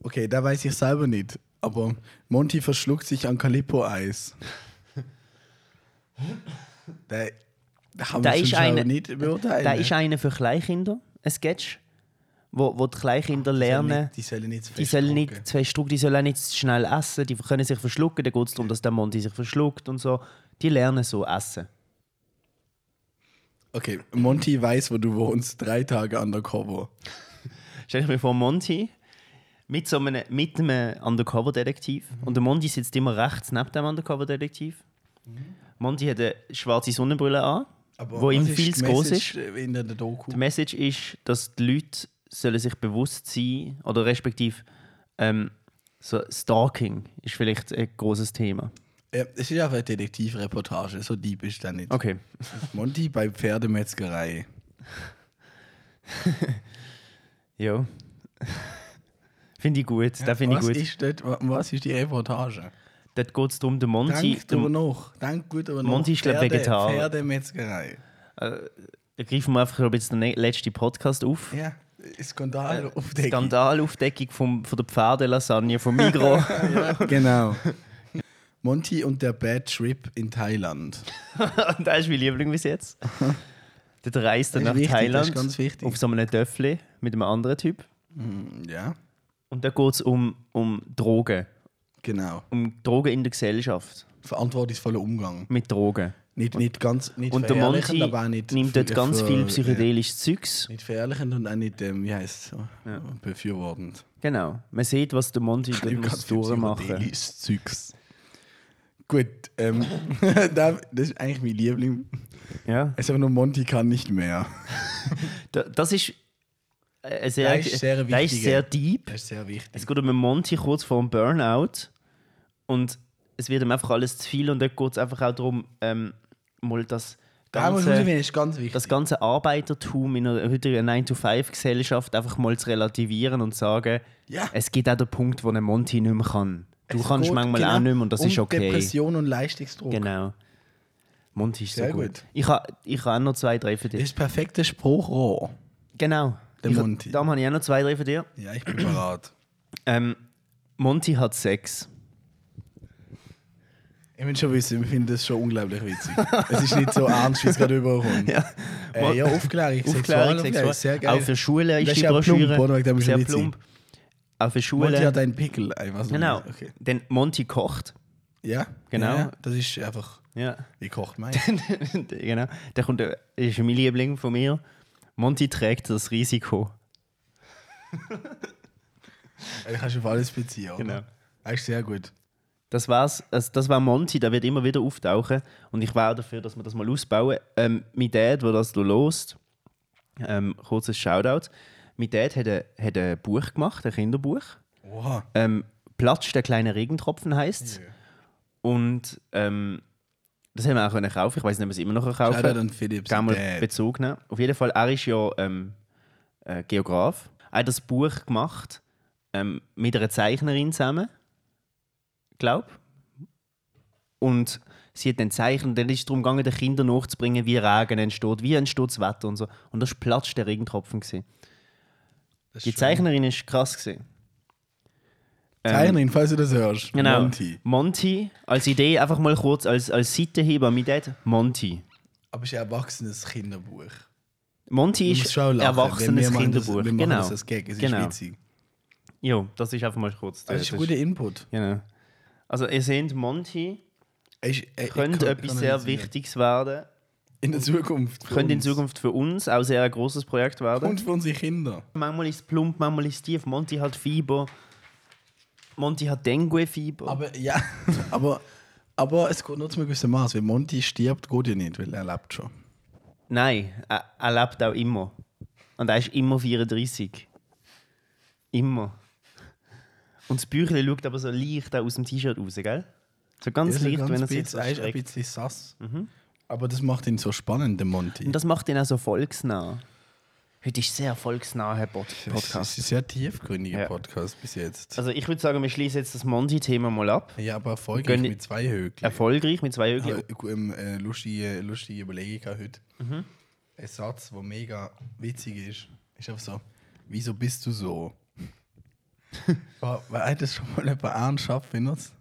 [SPEAKER 1] Okay, da weiß ich selber nicht. Aber Monty verschluckt sich an Calippo-Eis. da, da haben
[SPEAKER 2] Da
[SPEAKER 1] wir
[SPEAKER 2] ist
[SPEAKER 1] schon
[SPEAKER 2] eine-
[SPEAKER 1] nicht beurteilen. ne?
[SPEAKER 2] Da ist einer für Kleinkinder, ein Sketch, wo, wo die Kleinkinder lernen,
[SPEAKER 1] Die sollen nicht zu
[SPEAKER 2] ne? die
[SPEAKER 1] fest
[SPEAKER 2] sollen
[SPEAKER 1] gucken.
[SPEAKER 2] nicht zwei Struck, die sollen auch nicht zu schnell essen, die können sich verschlucken, dann geht es darum, dass der Monty sich verschluckt und so. Die lernen so essen.
[SPEAKER 1] Okay, Monty weiß, wo du wohnst, drei Tage undercover.
[SPEAKER 2] Stell dir mir vor, Monty mit so einem, mit einem Undercover-Detektiv.
[SPEAKER 1] Mhm.
[SPEAKER 2] Und der Monty sitzt immer rechts neben dem Undercover-Detektiv. Monty hat eine schwarze Sonnenbrille an, wo
[SPEAKER 1] Mhm. was
[SPEAKER 2] ihm
[SPEAKER 1] ist
[SPEAKER 2] viel
[SPEAKER 1] die
[SPEAKER 2] zu groß
[SPEAKER 1] Message
[SPEAKER 2] ist.
[SPEAKER 1] In der Doku.
[SPEAKER 2] Die Message ist, dass die Leute sollen sich bewusst sein oder respektive ähm, so Stalking ist vielleicht ein großes Thema.
[SPEAKER 1] Ja, es ist einfach eine Detektivreportage, so deep ist da nicht.
[SPEAKER 2] Okay.
[SPEAKER 1] Monty bei Pferdemetzgerei.
[SPEAKER 2] Ja. finde ich gut. da finde ich
[SPEAKER 1] was
[SPEAKER 2] gut.
[SPEAKER 1] Ist das, was ist die Reportage?
[SPEAKER 2] Dort geht es darum, der Monty.
[SPEAKER 1] Denk drüber nach. Denk gut drüber nach.
[SPEAKER 2] Monty ist, glaub,
[SPEAKER 1] Pferde-
[SPEAKER 2] Vegetarier.
[SPEAKER 1] Pferdemetzgerei.
[SPEAKER 2] Da greifen wir einfach glaub, jetzt den ne- letzten Podcast auf.
[SPEAKER 1] Ja, Skandal
[SPEAKER 2] Äh,
[SPEAKER 1] auf der
[SPEAKER 2] Skandalaufdeckung vom, von der Pferdelasagne von Migros.
[SPEAKER 1] Genau. Monty und der Bad Trip in Thailand.
[SPEAKER 2] Und das ist mein Liebling bis jetzt. Dort reist er
[SPEAKER 1] Das ist wichtig,
[SPEAKER 2] nach
[SPEAKER 1] das ist
[SPEAKER 2] Thailand
[SPEAKER 1] ganz wichtig.
[SPEAKER 2] auf so einem Töffli mit einem anderen Typ.
[SPEAKER 1] Ja,
[SPEAKER 2] Und da geht es um, um Drogen.
[SPEAKER 1] genau.
[SPEAKER 2] Um Drogen in der Gesellschaft.
[SPEAKER 1] Verantwortungsvoller Umgang.
[SPEAKER 2] Mit Drogen.
[SPEAKER 1] Nicht, nicht ganz, nicht
[SPEAKER 2] Und der
[SPEAKER 1] verherrlichend,
[SPEAKER 2] Monty
[SPEAKER 1] aber auch nicht
[SPEAKER 2] nimmt
[SPEAKER 1] für-
[SPEAKER 2] dort ganz
[SPEAKER 1] für-
[SPEAKER 2] viel psychedelisches Zeugs.
[SPEAKER 1] Ja, nicht verherrlichend und auch nicht, ähm, wie heißt befürwortend.
[SPEAKER 2] Genau. Man sieht, was der Monty dort
[SPEAKER 1] Nimmt
[SPEAKER 2] muss durchmachen.
[SPEAKER 1] psychedelisches Zeugs. Gut, ähm, da- das ist eigentlich mein Liebling.
[SPEAKER 2] Ja.
[SPEAKER 1] Es ist einfach nur Monty kann nicht mehr.
[SPEAKER 2] Da- Das ist äh, ein sehr,
[SPEAKER 1] Das ist sehr
[SPEAKER 2] das ist
[SPEAKER 1] wichtig.
[SPEAKER 2] sehr deep.
[SPEAKER 1] Das ist sehr wichtig.
[SPEAKER 2] Es geht um einen Monty kurz vor dem Burnout und es wird ihm einfach alles zu viel und dort geht es einfach auch darum, ähm, mal das
[SPEAKER 1] Da muss
[SPEAKER 2] ganze,
[SPEAKER 1] ist ganz wichtig.
[SPEAKER 2] das ganze Arbeitertum in einer heutigen 9-to-5-Gesellschaft einfach mal zu relativieren und sagen,
[SPEAKER 1] Ja.
[SPEAKER 2] es gibt auch den Punkt, wo ein Monty nicht mehr kann. Du
[SPEAKER 1] Es
[SPEAKER 2] kannst
[SPEAKER 1] geht
[SPEAKER 2] manchmal
[SPEAKER 1] genau
[SPEAKER 2] auch nicht mehr und das
[SPEAKER 1] um
[SPEAKER 2] ist okay.
[SPEAKER 1] Depression und Leistungsdruck.
[SPEAKER 2] Genau. Monty ist
[SPEAKER 1] Sehr
[SPEAKER 2] so gut.
[SPEAKER 1] gut.
[SPEAKER 2] Ich habe ich ha auch noch zwei, drei für
[SPEAKER 1] Das
[SPEAKER 2] dich.
[SPEAKER 1] ist perfektes Spruchrohr.
[SPEAKER 2] Genau.
[SPEAKER 1] Der
[SPEAKER 2] Ich ha-
[SPEAKER 1] Monty.
[SPEAKER 2] Darum habe ich auch noch zwei, drei für dich.
[SPEAKER 1] Ja, ich bin parat.
[SPEAKER 2] Ähm, Monty hat Sex.
[SPEAKER 1] Ich will schon wissen, ich finde das schon unglaublich witzig. es ist nicht so ernst, wie es gerade überkommt. Ja, äh, ja Aufklärung,
[SPEAKER 2] Aufklärung,
[SPEAKER 1] Sexualaufklärung,
[SPEAKER 2] Sexual.
[SPEAKER 1] sehr
[SPEAKER 2] Auch
[SPEAKER 1] geil.
[SPEAKER 2] für Schulen
[SPEAKER 1] Das
[SPEAKER 2] ist
[SPEAKER 1] ist
[SPEAKER 2] die
[SPEAKER 1] ja plump,
[SPEAKER 2] Broschüre
[SPEAKER 1] oder? Wegen dem ist
[SPEAKER 2] sehr
[SPEAKER 1] ja witzig.
[SPEAKER 2] plump. Auch für
[SPEAKER 1] Monty
[SPEAKER 2] Schulen.
[SPEAKER 1] hat einen Pickel, ich weiß nicht.
[SPEAKER 2] Genau.
[SPEAKER 1] Okay.
[SPEAKER 2] Denn Monty kocht.
[SPEAKER 1] Ja,
[SPEAKER 2] Genau.
[SPEAKER 1] Ja, das ist einfach,
[SPEAKER 2] Ja.
[SPEAKER 1] wie kocht man?
[SPEAKER 2] genau. Der kommt, äh, ist mein Liebling von mir. Monty trägt das Risiko.
[SPEAKER 1] du kannst auf alles beziehen. Oder?
[SPEAKER 2] Genau.
[SPEAKER 1] Das ist sehr gut.
[SPEAKER 2] Das war's. Also das war Monty, der wird immer wieder auftauchen. Und ich war auch dafür, dass wir das mal ausbauen. Ähm, mein Dad, der das hier lost, ähm, kurzes Shoutout. Mein Dad hat ein, hat ein Buch gemacht, ein Kinderbuch.
[SPEAKER 1] Oha.
[SPEAKER 2] Ähm, Platsch, der kleine Regentropfen heißt es. Und ähm, das haben wir auch können kaufen. Ich weiß nicht, ob wir es immer noch kaufen
[SPEAKER 1] Shoutout an Philips
[SPEAKER 2] Gerne mal
[SPEAKER 1] Dad.
[SPEAKER 2] Bezug nehmen. Auf jeden Fall, er ist ja ähm, äh, Geograf. Er hat das Buch gemacht ähm, mit einer Zeichnerin zusammen. Glaub. Und sie hat dann gezeichnet. Dann ist es darum gegangen, den Kindern nachzubringen, wie Regen entsteht, wie entsteht das Wetter und so. Und das war Platsch der Regentropfen. Gewesen.
[SPEAKER 1] Das ist
[SPEAKER 2] Die
[SPEAKER 1] schon-
[SPEAKER 2] Zeichnerin war krass. Gewesen.
[SPEAKER 1] Zeichnerin, falls du das hörst.
[SPEAKER 2] Genau.
[SPEAKER 1] Monty.
[SPEAKER 2] Monty, als Idee einfach mal kurz als, als Seitenhieb an mich dort. Monty.
[SPEAKER 1] Aber es ist ein erwachsenes Kinderbuch.
[SPEAKER 2] Monty
[SPEAKER 1] Ich muss
[SPEAKER 2] ist
[SPEAKER 1] schon
[SPEAKER 2] ein
[SPEAKER 1] lachen.
[SPEAKER 2] erwachsenes
[SPEAKER 1] wir machen das-
[SPEAKER 2] Kinderbuch.
[SPEAKER 1] Wir machen
[SPEAKER 2] genau.
[SPEAKER 1] das als Gag, es ist
[SPEAKER 2] genau.
[SPEAKER 1] witzig.
[SPEAKER 2] Jo, das ist einfach mal kurz.
[SPEAKER 1] Das ist ein guter Input.
[SPEAKER 2] Genau. Also ihr seht, Monty
[SPEAKER 1] Ich, ich, ich
[SPEAKER 2] äh, könnte
[SPEAKER 1] kann-
[SPEAKER 2] etwas
[SPEAKER 1] kann
[SPEAKER 2] sehr
[SPEAKER 1] nicht sehen.
[SPEAKER 2] Wichtiges werden.
[SPEAKER 1] In der Zukunft. für
[SPEAKER 2] Könnte in
[SPEAKER 1] uns.
[SPEAKER 2] Zukunft für uns auch sehr ein großes Projekt werden.
[SPEAKER 1] Und für unsere Kinder.
[SPEAKER 2] manchmal ist es plump, manchmal ist es tief. Monty hat Fieber. Monty hat Dengue-Fieber.
[SPEAKER 1] Aber ja, aber, aber es geht nur zu einem gewissen Maß. Wenn Monty stirbt, geht ja nicht, weil er lebt schon.
[SPEAKER 2] Nein, er, er lebt auch immer. Und er ist immer 34. Immer. Und das Büchle schaut aber so leicht auch aus dem T-Shirt raus, gell? So ganz
[SPEAKER 1] Er ist ein
[SPEAKER 2] leicht, wenn er sich
[SPEAKER 1] bisschen-
[SPEAKER 2] so
[SPEAKER 1] er ist ein
[SPEAKER 2] streckt.
[SPEAKER 1] bisschen sass. Aber das macht ihn so spannend, der Monty.
[SPEAKER 2] Und das macht ihn auch so volksnah. Heute ist sehr volksnah, Herr Pod
[SPEAKER 1] Das
[SPEAKER 2] Podcast.
[SPEAKER 1] ist ein sehr tiefgründiger
[SPEAKER 2] Ja.
[SPEAKER 1] Podcast bis jetzt.
[SPEAKER 2] Also ich würde sagen, wir schließen jetzt das Monty-Thema mal ab.
[SPEAKER 1] Ja, aber erfolgreich
[SPEAKER 2] Gönn-
[SPEAKER 1] mit zwei Högeln.
[SPEAKER 2] Erfolgreich mit zwei Ögen.
[SPEAKER 1] Ja. Ähm, äh, lustige, lustige Überlegung gehabt heute.
[SPEAKER 2] Mhm.
[SPEAKER 1] Ein Satz, der mega witzig ist, ist einfach so: Wieso bist du so? War war hat das schon mal jemand ernsthaft benutzt?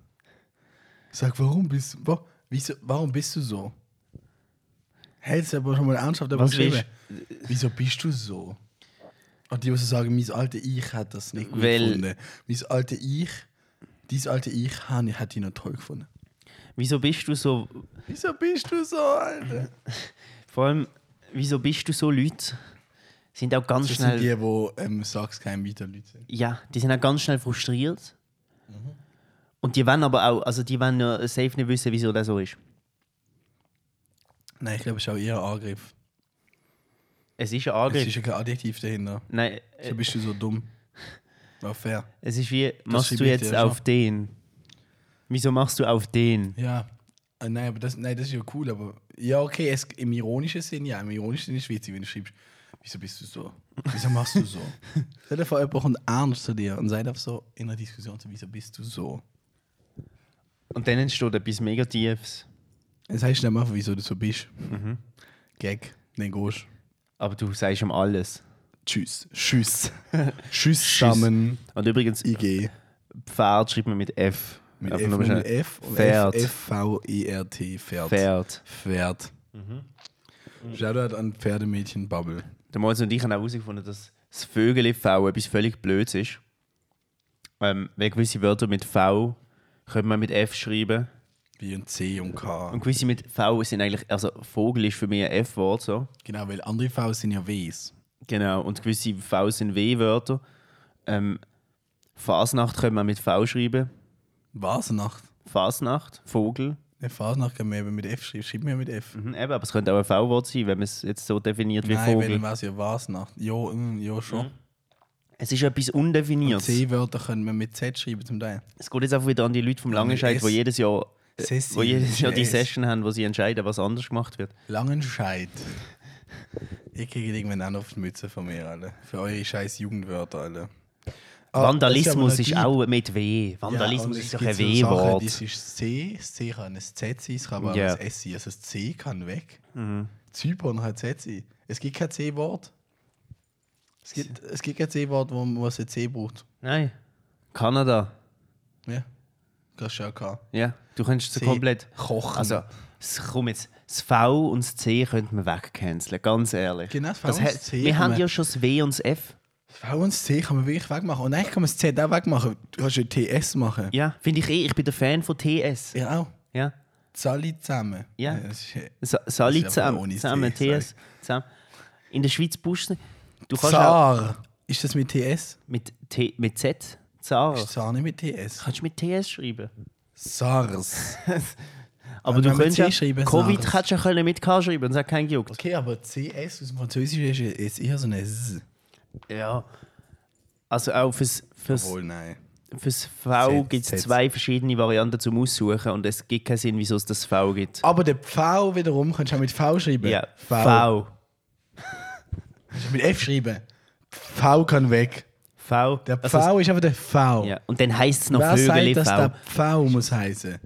[SPEAKER 1] Sag, warum bist du, wa, wieso, warum bist du so? Hältst du aber schon mal ernsthaft darüber
[SPEAKER 2] Was
[SPEAKER 1] geschrieben? Wieso bist du so? Und die, was sagen, mein alte Ich hat das nicht gut
[SPEAKER 2] Weil-
[SPEAKER 1] gefunden. Mein alte Ich, dieses alte Ich han- hat die noch toll gefunden.
[SPEAKER 2] Wieso bist du so.
[SPEAKER 1] Wieso bist du so, Alter?
[SPEAKER 2] Vor allem, wieso bist du so Leute? Sind auch ganz
[SPEAKER 1] Das
[SPEAKER 2] schnell.
[SPEAKER 1] sind die, die ähm, sagst kein weiter Leute sind.
[SPEAKER 2] Ja, die sind auch ganz schnell frustriert. Und die wollen aber auch, also die wollen ja safe nicht wissen, wieso das so ist.
[SPEAKER 1] Nein, ich glaube, es ist auch eher ein Angriff.
[SPEAKER 2] Es ist ein
[SPEAKER 1] Es
[SPEAKER 2] Angriff.
[SPEAKER 1] ist ja kein Adjektiv dahinter.
[SPEAKER 2] Nein,
[SPEAKER 1] So
[SPEAKER 2] äh,
[SPEAKER 1] bist du so dumm. War fair.
[SPEAKER 2] es ist wie, machst
[SPEAKER 1] schreibe
[SPEAKER 2] du
[SPEAKER 1] ich
[SPEAKER 2] jetzt
[SPEAKER 1] dir schon.
[SPEAKER 2] auf den? Wieso machst du auf den?
[SPEAKER 1] Ja. Ah, nein, aber das, nein, das ist ja cool, aber. Ja, okay, es, im ironischen Sinn, ja, im ironischen Sinn ist es witzig, wenn du schreibst, wieso bist du so? Wieso machst du so? Stell dir vor, jemand kommt ernst zu dir und sagt auf so in einer Diskussion so, wieso bist du so?
[SPEAKER 2] Und dann entsteht etwas mega Tiefes.
[SPEAKER 1] Dann sagst du nicht einfach, wieso du so bist.
[SPEAKER 2] Mhm.
[SPEAKER 1] Gag, dann gehst du.
[SPEAKER 2] Aber du sagst ihm alles.
[SPEAKER 1] Tschüss. Tschüss. Tschüss zusammen.
[SPEAKER 2] Und übrigens,
[SPEAKER 1] IG.
[SPEAKER 2] Pferd schreibt man mit F.
[SPEAKER 1] Mit
[SPEAKER 2] Einfach
[SPEAKER 1] F,
[SPEAKER 2] nur
[SPEAKER 1] mit
[SPEAKER 2] schnell.
[SPEAKER 1] F und
[SPEAKER 2] Pferd.
[SPEAKER 1] F, V E R T Pferd.
[SPEAKER 2] Pferd.
[SPEAKER 1] Pferd. Shoutout an Pferdemädchen Bubble.
[SPEAKER 2] Der Moritz und ich haben auch herausgefunden, dass das Vögel V etwas völlig Blödes ist. Ähm, weil gewisse Wörter mit V können man mit F schreiben.
[SPEAKER 1] Wie ein C und K.
[SPEAKER 2] Und gewisse mit V sind eigentlich, also Vogel ist für mich ein F-Wort so.
[SPEAKER 1] Genau, weil andere V sind ja Ws.
[SPEAKER 2] Genau. Und gewisse V sind W-Wörter. Ähm, Fasnacht können wir mit V schreiben.
[SPEAKER 1] Fasnacht.
[SPEAKER 2] Fasnacht, Vogel.
[SPEAKER 1] Eine Fasnacht kann man eben mit F schreiben. Schreib mir mit F.
[SPEAKER 2] Mhm, eben, aber es könnte auch ein V-Wort sein, wenn man es jetzt so definiert wie
[SPEAKER 1] Nein, weil
[SPEAKER 2] Vogel. Mhm.
[SPEAKER 1] was ja Fasnacht. Ja, mm, ja schon.
[SPEAKER 2] Es ist etwas Undefiniertes.
[SPEAKER 1] C-Wörter können wir mit Z schreiben zum Teil.
[SPEAKER 2] Es geht jetzt einfach wieder an die Leute vom Langenscheid,
[SPEAKER 1] mit
[SPEAKER 2] die
[SPEAKER 1] S.
[SPEAKER 2] jedes Jahr, äh,
[SPEAKER 1] Sessi,
[SPEAKER 2] wo jedes Jahr die
[SPEAKER 1] mit S.
[SPEAKER 2] Session haben, wo sie entscheiden, was anders gemacht wird.
[SPEAKER 1] Langenscheid. Ihr kriegt irgendwann auch noch auf die Mütze von mir, alle. Für eure scheiß Jugendwörter, Ah, alle.
[SPEAKER 2] Vandalismus ist auch mit W. Vandalismus ist doch ein W-Wort.
[SPEAKER 1] Das ist C, das C kann ein Z sein, es kann aber
[SPEAKER 2] Ja. Mhm.
[SPEAKER 1] auch ein S sein. Also das C kann weg. Zypern kann ein Z sein. Es gibt kein C-Wort. Es gibt, es gibt kein C-Wort, wo man ein C braucht.
[SPEAKER 2] Nein. Kanada.
[SPEAKER 1] Ja. Das ist ja klar.
[SPEAKER 2] Ja, du könntest so
[SPEAKER 1] C.
[SPEAKER 2] komplett.
[SPEAKER 1] Kochen.
[SPEAKER 2] Also, es kommt jetzt. Das V und das C könnten wir wegcanceln, ganz ehrlich.
[SPEAKER 1] Genau, das V
[SPEAKER 2] das
[SPEAKER 1] und
[SPEAKER 2] he-
[SPEAKER 1] das C
[SPEAKER 2] Wir
[SPEAKER 1] kann
[SPEAKER 2] haben
[SPEAKER 1] man-
[SPEAKER 2] ja schon das W und das F.
[SPEAKER 1] V und das C kann man wirklich wegmachen. Und eigentlich kann man das Z auch wegmachen. Du kannst ja TS machen.
[SPEAKER 2] Ja, finde ich eh. Ich bin der Fan von TS.
[SPEAKER 1] Ja, auch.
[SPEAKER 2] Ja.
[SPEAKER 1] Zali zusammen.
[SPEAKER 2] Ja.
[SPEAKER 1] das ist-
[SPEAKER 2] Sa- Sali
[SPEAKER 1] Das ist aber
[SPEAKER 2] zusammen.
[SPEAKER 1] ohne
[SPEAKER 2] Zusammen,
[SPEAKER 1] C, sorry.
[SPEAKER 2] TS. Zusammen. In der Schweiz buchst du. Du kannst auch
[SPEAKER 1] Zar. Ist das mit TS?
[SPEAKER 2] mit, T, mit Z. Zar.
[SPEAKER 1] Ist Zar nicht mit TS?
[SPEAKER 2] Kannst du mit TS schreiben?
[SPEAKER 1] SARS.
[SPEAKER 2] Aber
[SPEAKER 1] Wenn
[SPEAKER 2] du
[SPEAKER 1] man mit
[SPEAKER 2] könntest
[SPEAKER 1] C
[SPEAKER 2] ja
[SPEAKER 1] schreiben,
[SPEAKER 2] Covid
[SPEAKER 1] SARS.
[SPEAKER 2] hättest du ja können mit K schreiben und es hat keinen gejuckt.
[SPEAKER 1] Okay, aber CS aus dem Französischen ist, ist eher so ein S.
[SPEAKER 2] Ja. Also auch fürs, fürs,
[SPEAKER 1] Obwohl, nein.
[SPEAKER 2] fürs V
[SPEAKER 1] Z-
[SPEAKER 2] gibt
[SPEAKER 1] Z.
[SPEAKER 2] es zwei verschiedene Varianten zum Aussuchen und es gibt keinen Sinn, wieso es das V gibt.
[SPEAKER 1] Aber der V wiederum kannst du auch mit V schreiben.
[SPEAKER 2] Ja,
[SPEAKER 1] Ah, V.
[SPEAKER 2] V.
[SPEAKER 1] Kannst du mit F schreiben. V kann weg.
[SPEAKER 2] V.
[SPEAKER 1] Der
[SPEAKER 2] Also
[SPEAKER 1] V ist einfach der V.
[SPEAKER 2] es- ja. Und dann heisst es noch
[SPEAKER 1] Wer
[SPEAKER 2] Vögel
[SPEAKER 1] sagt, dass
[SPEAKER 2] V.
[SPEAKER 1] der V muss heißen?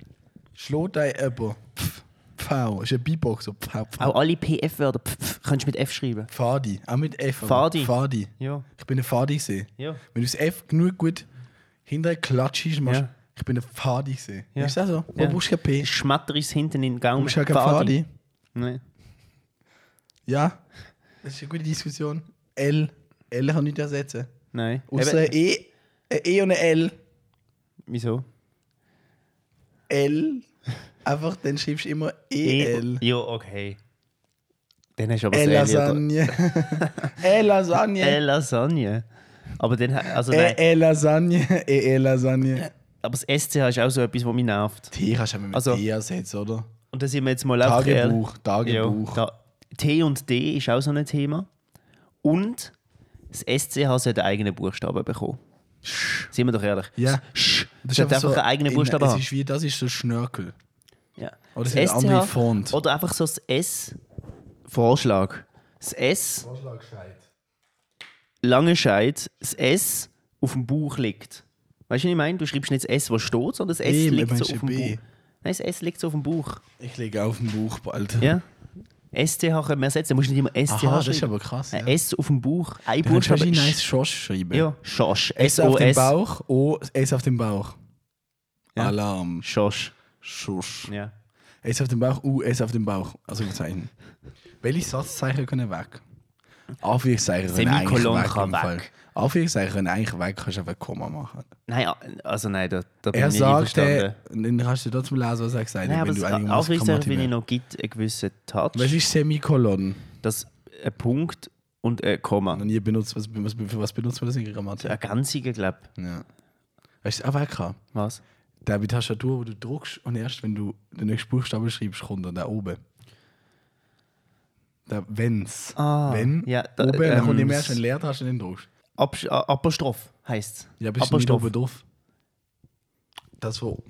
[SPEAKER 1] Schlägt ein jemand. Pf, V. Ist ein Beatbox. So Pf, Pf.
[SPEAKER 2] Auch alle PF-Wörter pf, pf, kannst du mit F schreiben.
[SPEAKER 1] Fadi. Auch mit F. aber
[SPEAKER 2] Fadi.
[SPEAKER 1] Fadi.
[SPEAKER 2] Ja.
[SPEAKER 1] Ich bin ein Fadi gesehen.
[SPEAKER 2] Ja.
[SPEAKER 1] Wenn du das F genug gut hinterher klatschst, machst,
[SPEAKER 2] Ja.
[SPEAKER 1] ich bin ein Pfadi gesehen.
[SPEAKER 2] Ja.
[SPEAKER 1] Ist das so?
[SPEAKER 2] Ja.
[SPEAKER 1] Ja. Brauchst du kein P?
[SPEAKER 2] Schmatter ist hinten in den Gaumen.
[SPEAKER 1] Brauchst du kein Pfadi?
[SPEAKER 2] Nein.
[SPEAKER 1] Ja. Das ist eine gute Diskussion. L. L kann nicht ersetzen.
[SPEAKER 2] Nein.
[SPEAKER 1] Außer
[SPEAKER 2] Eben,
[SPEAKER 1] ein E, ein e und ein L.
[SPEAKER 2] wieso?
[SPEAKER 1] L. Einfach, dann schreibst du immer E, EL.
[SPEAKER 2] E- Ja, okay. Dann hast du aber
[SPEAKER 1] E L.
[SPEAKER 2] das L ja drin.
[SPEAKER 1] Lasagne. L. Lasagne.
[SPEAKER 2] Äh, Lasagne. Aber dann, ha- also nein.
[SPEAKER 1] E. Lasagne. E. Lasagne.
[SPEAKER 2] Aber das SCH ist auch so etwas, was mich nervt.
[SPEAKER 1] T kannst du immer mit
[SPEAKER 2] Also-
[SPEAKER 1] T ersetzen, oder?
[SPEAKER 2] Und da sind wir jetzt mal einfach ehrlich.
[SPEAKER 1] Tagebuch.
[SPEAKER 2] Ja,
[SPEAKER 1] Tagebuch.
[SPEAKER 2] da, T und D ist auch so ein Thema. Und das SCH sollte einen eigenen Buchstaben bekommen. Sind wir doch ehrlich.
[SPEAKER 1] Ja.
[SPEAKER 2] Das Sch sollte einfach einen eigenen
[SPEAKER 1] in-
[SPEAKER 2] Buchstaben
[SPEAKER 1] Es
[SPEAKER 2] haben.
[SPEAKER 1] ist wie, das ist so Schnörkel.
[SPEAKER 2] Ja.
[SPEAKER 1] Oder
[SPEAKER 2] Das
[SPEAKER 1] es hat
[SPEAKER 2] SCH
[SPEAKER 1] andere Font.
[SPEAKER 2] Oder einfach so das S. Vorschlag. Das S, lange Scheit, das S auf dem Bauch liegt. Weißt du, was ich meine? Du schreibst nicht das S, was steht, sondern das S
[SPEAKER 1] Nee,
[SPEAKER 2] liegt so
[SPEAKER 1] meinst du
[SPEAKER 2] auf dem Bauch.
[SPEAKER 1] B?
[SPEAKER 2] Nein, das S liegt so auf dem Bauch.
[SPEAKER 1] Ich lege auf den Bauch bald.
[SPEAKER 2] Ja. SCH können wir ersetzen. Du musst nicht immer SCH
[SPEAKER 1] Aha, das ist
[SPEAKER 2] schreiben.
[SPEAKER 1] aber krass. Ja.
[SPEAKER 2] Ein S auf dem Bauch, ein
[SPEAKER 1] Du kannst
[SPEAKER 2] Buchstabe.
[SPEAKER 1] wahrscheinlich nice Schosch schreiben.
[SPEAKER 2] Ja, Schosch.
[SPEAKER 1] S auf dem
[SPEAKER 2] S-O-S.
[SPEAKER 1] Bauch, O, S auf dem Bauch.
[SPEAKER 2] Ja.
[SPEAKER 1] Alarm,
[SPEAKER 2] Schosch.
[SPEAKER 1] Schusch.
[SPEAKER 2] Ja.
[SPEAKER 1] S auf dem Bauch, U, S auf dem Bauch. Also ein Zeichen. Welche Satzzeichen können weg? Anführungszeichen können eigentlich
[SPEAKER 2] Semikolon
[SPEAKER 1] weg.
[SPEAKER 2] kann
[SPEAKER 1] im Fall.
[SPEAKER 2] weg.
[SPEAKER 1] Anführungszeichen können eigentlich weg, kannst einfach ein Komma machen.
[SPEAKER 2] Nein, also nein, da, da bin
[SPEAKER 1] Er
[SPEAKER 2] ich nicht
[SPEAKER 1] sagt,
[SPEAKER 2] einverstanden.
[SPEAKER 1] äh, und dann kannst du trotzdem lesen, was er gesagt hat,
[SPEAKER 2] Nein,
[SPEAKER 1] wenn
[SPEAKER 2] aber das
[SPEAKER 1] du einigermaßen
[SPEAKER 2] Aufrichtzeichen finde ich
[SPEAKER 1] grammatikalisch
[SPEAKER 2] noch gibt einen gewissen Touch,
[SPEAKER 1] Was ist Semikolon?
[SPEAKER 2] dass ein Punkt und ein Komma,
[SPEAKER 1] Und ihr benutzt, was, was, für was benutzt man das in der Grammatik?
[SPEAKER 2] ein ganziger, glaube ich.
[SPEAKER 1] Ja. Weißt du, auch weg kann.
[SPEAKER 2] Was?
[SPEAKER 1] Der bei Tastatur, wo du druckst und erst wenn du den nächsten Buchstaben schreibst, kommt dann da oben. Der Wenns.
[SPEAKER 2] Ah,
[SPEAKER 1] wenn,
[SPEAKER 2] ja, da-
[SPEAKER 1] oben, dann kommt
[SPEAKER 2] ähm,
[SPEAKER 1] immer erst, wenn du leer hast und dann druckst.
[SPEAKER 2] Abs- A- Apostroph heißt es.
[SPEAKER 1] Ja, bist du nicht oben drauf. Das, wo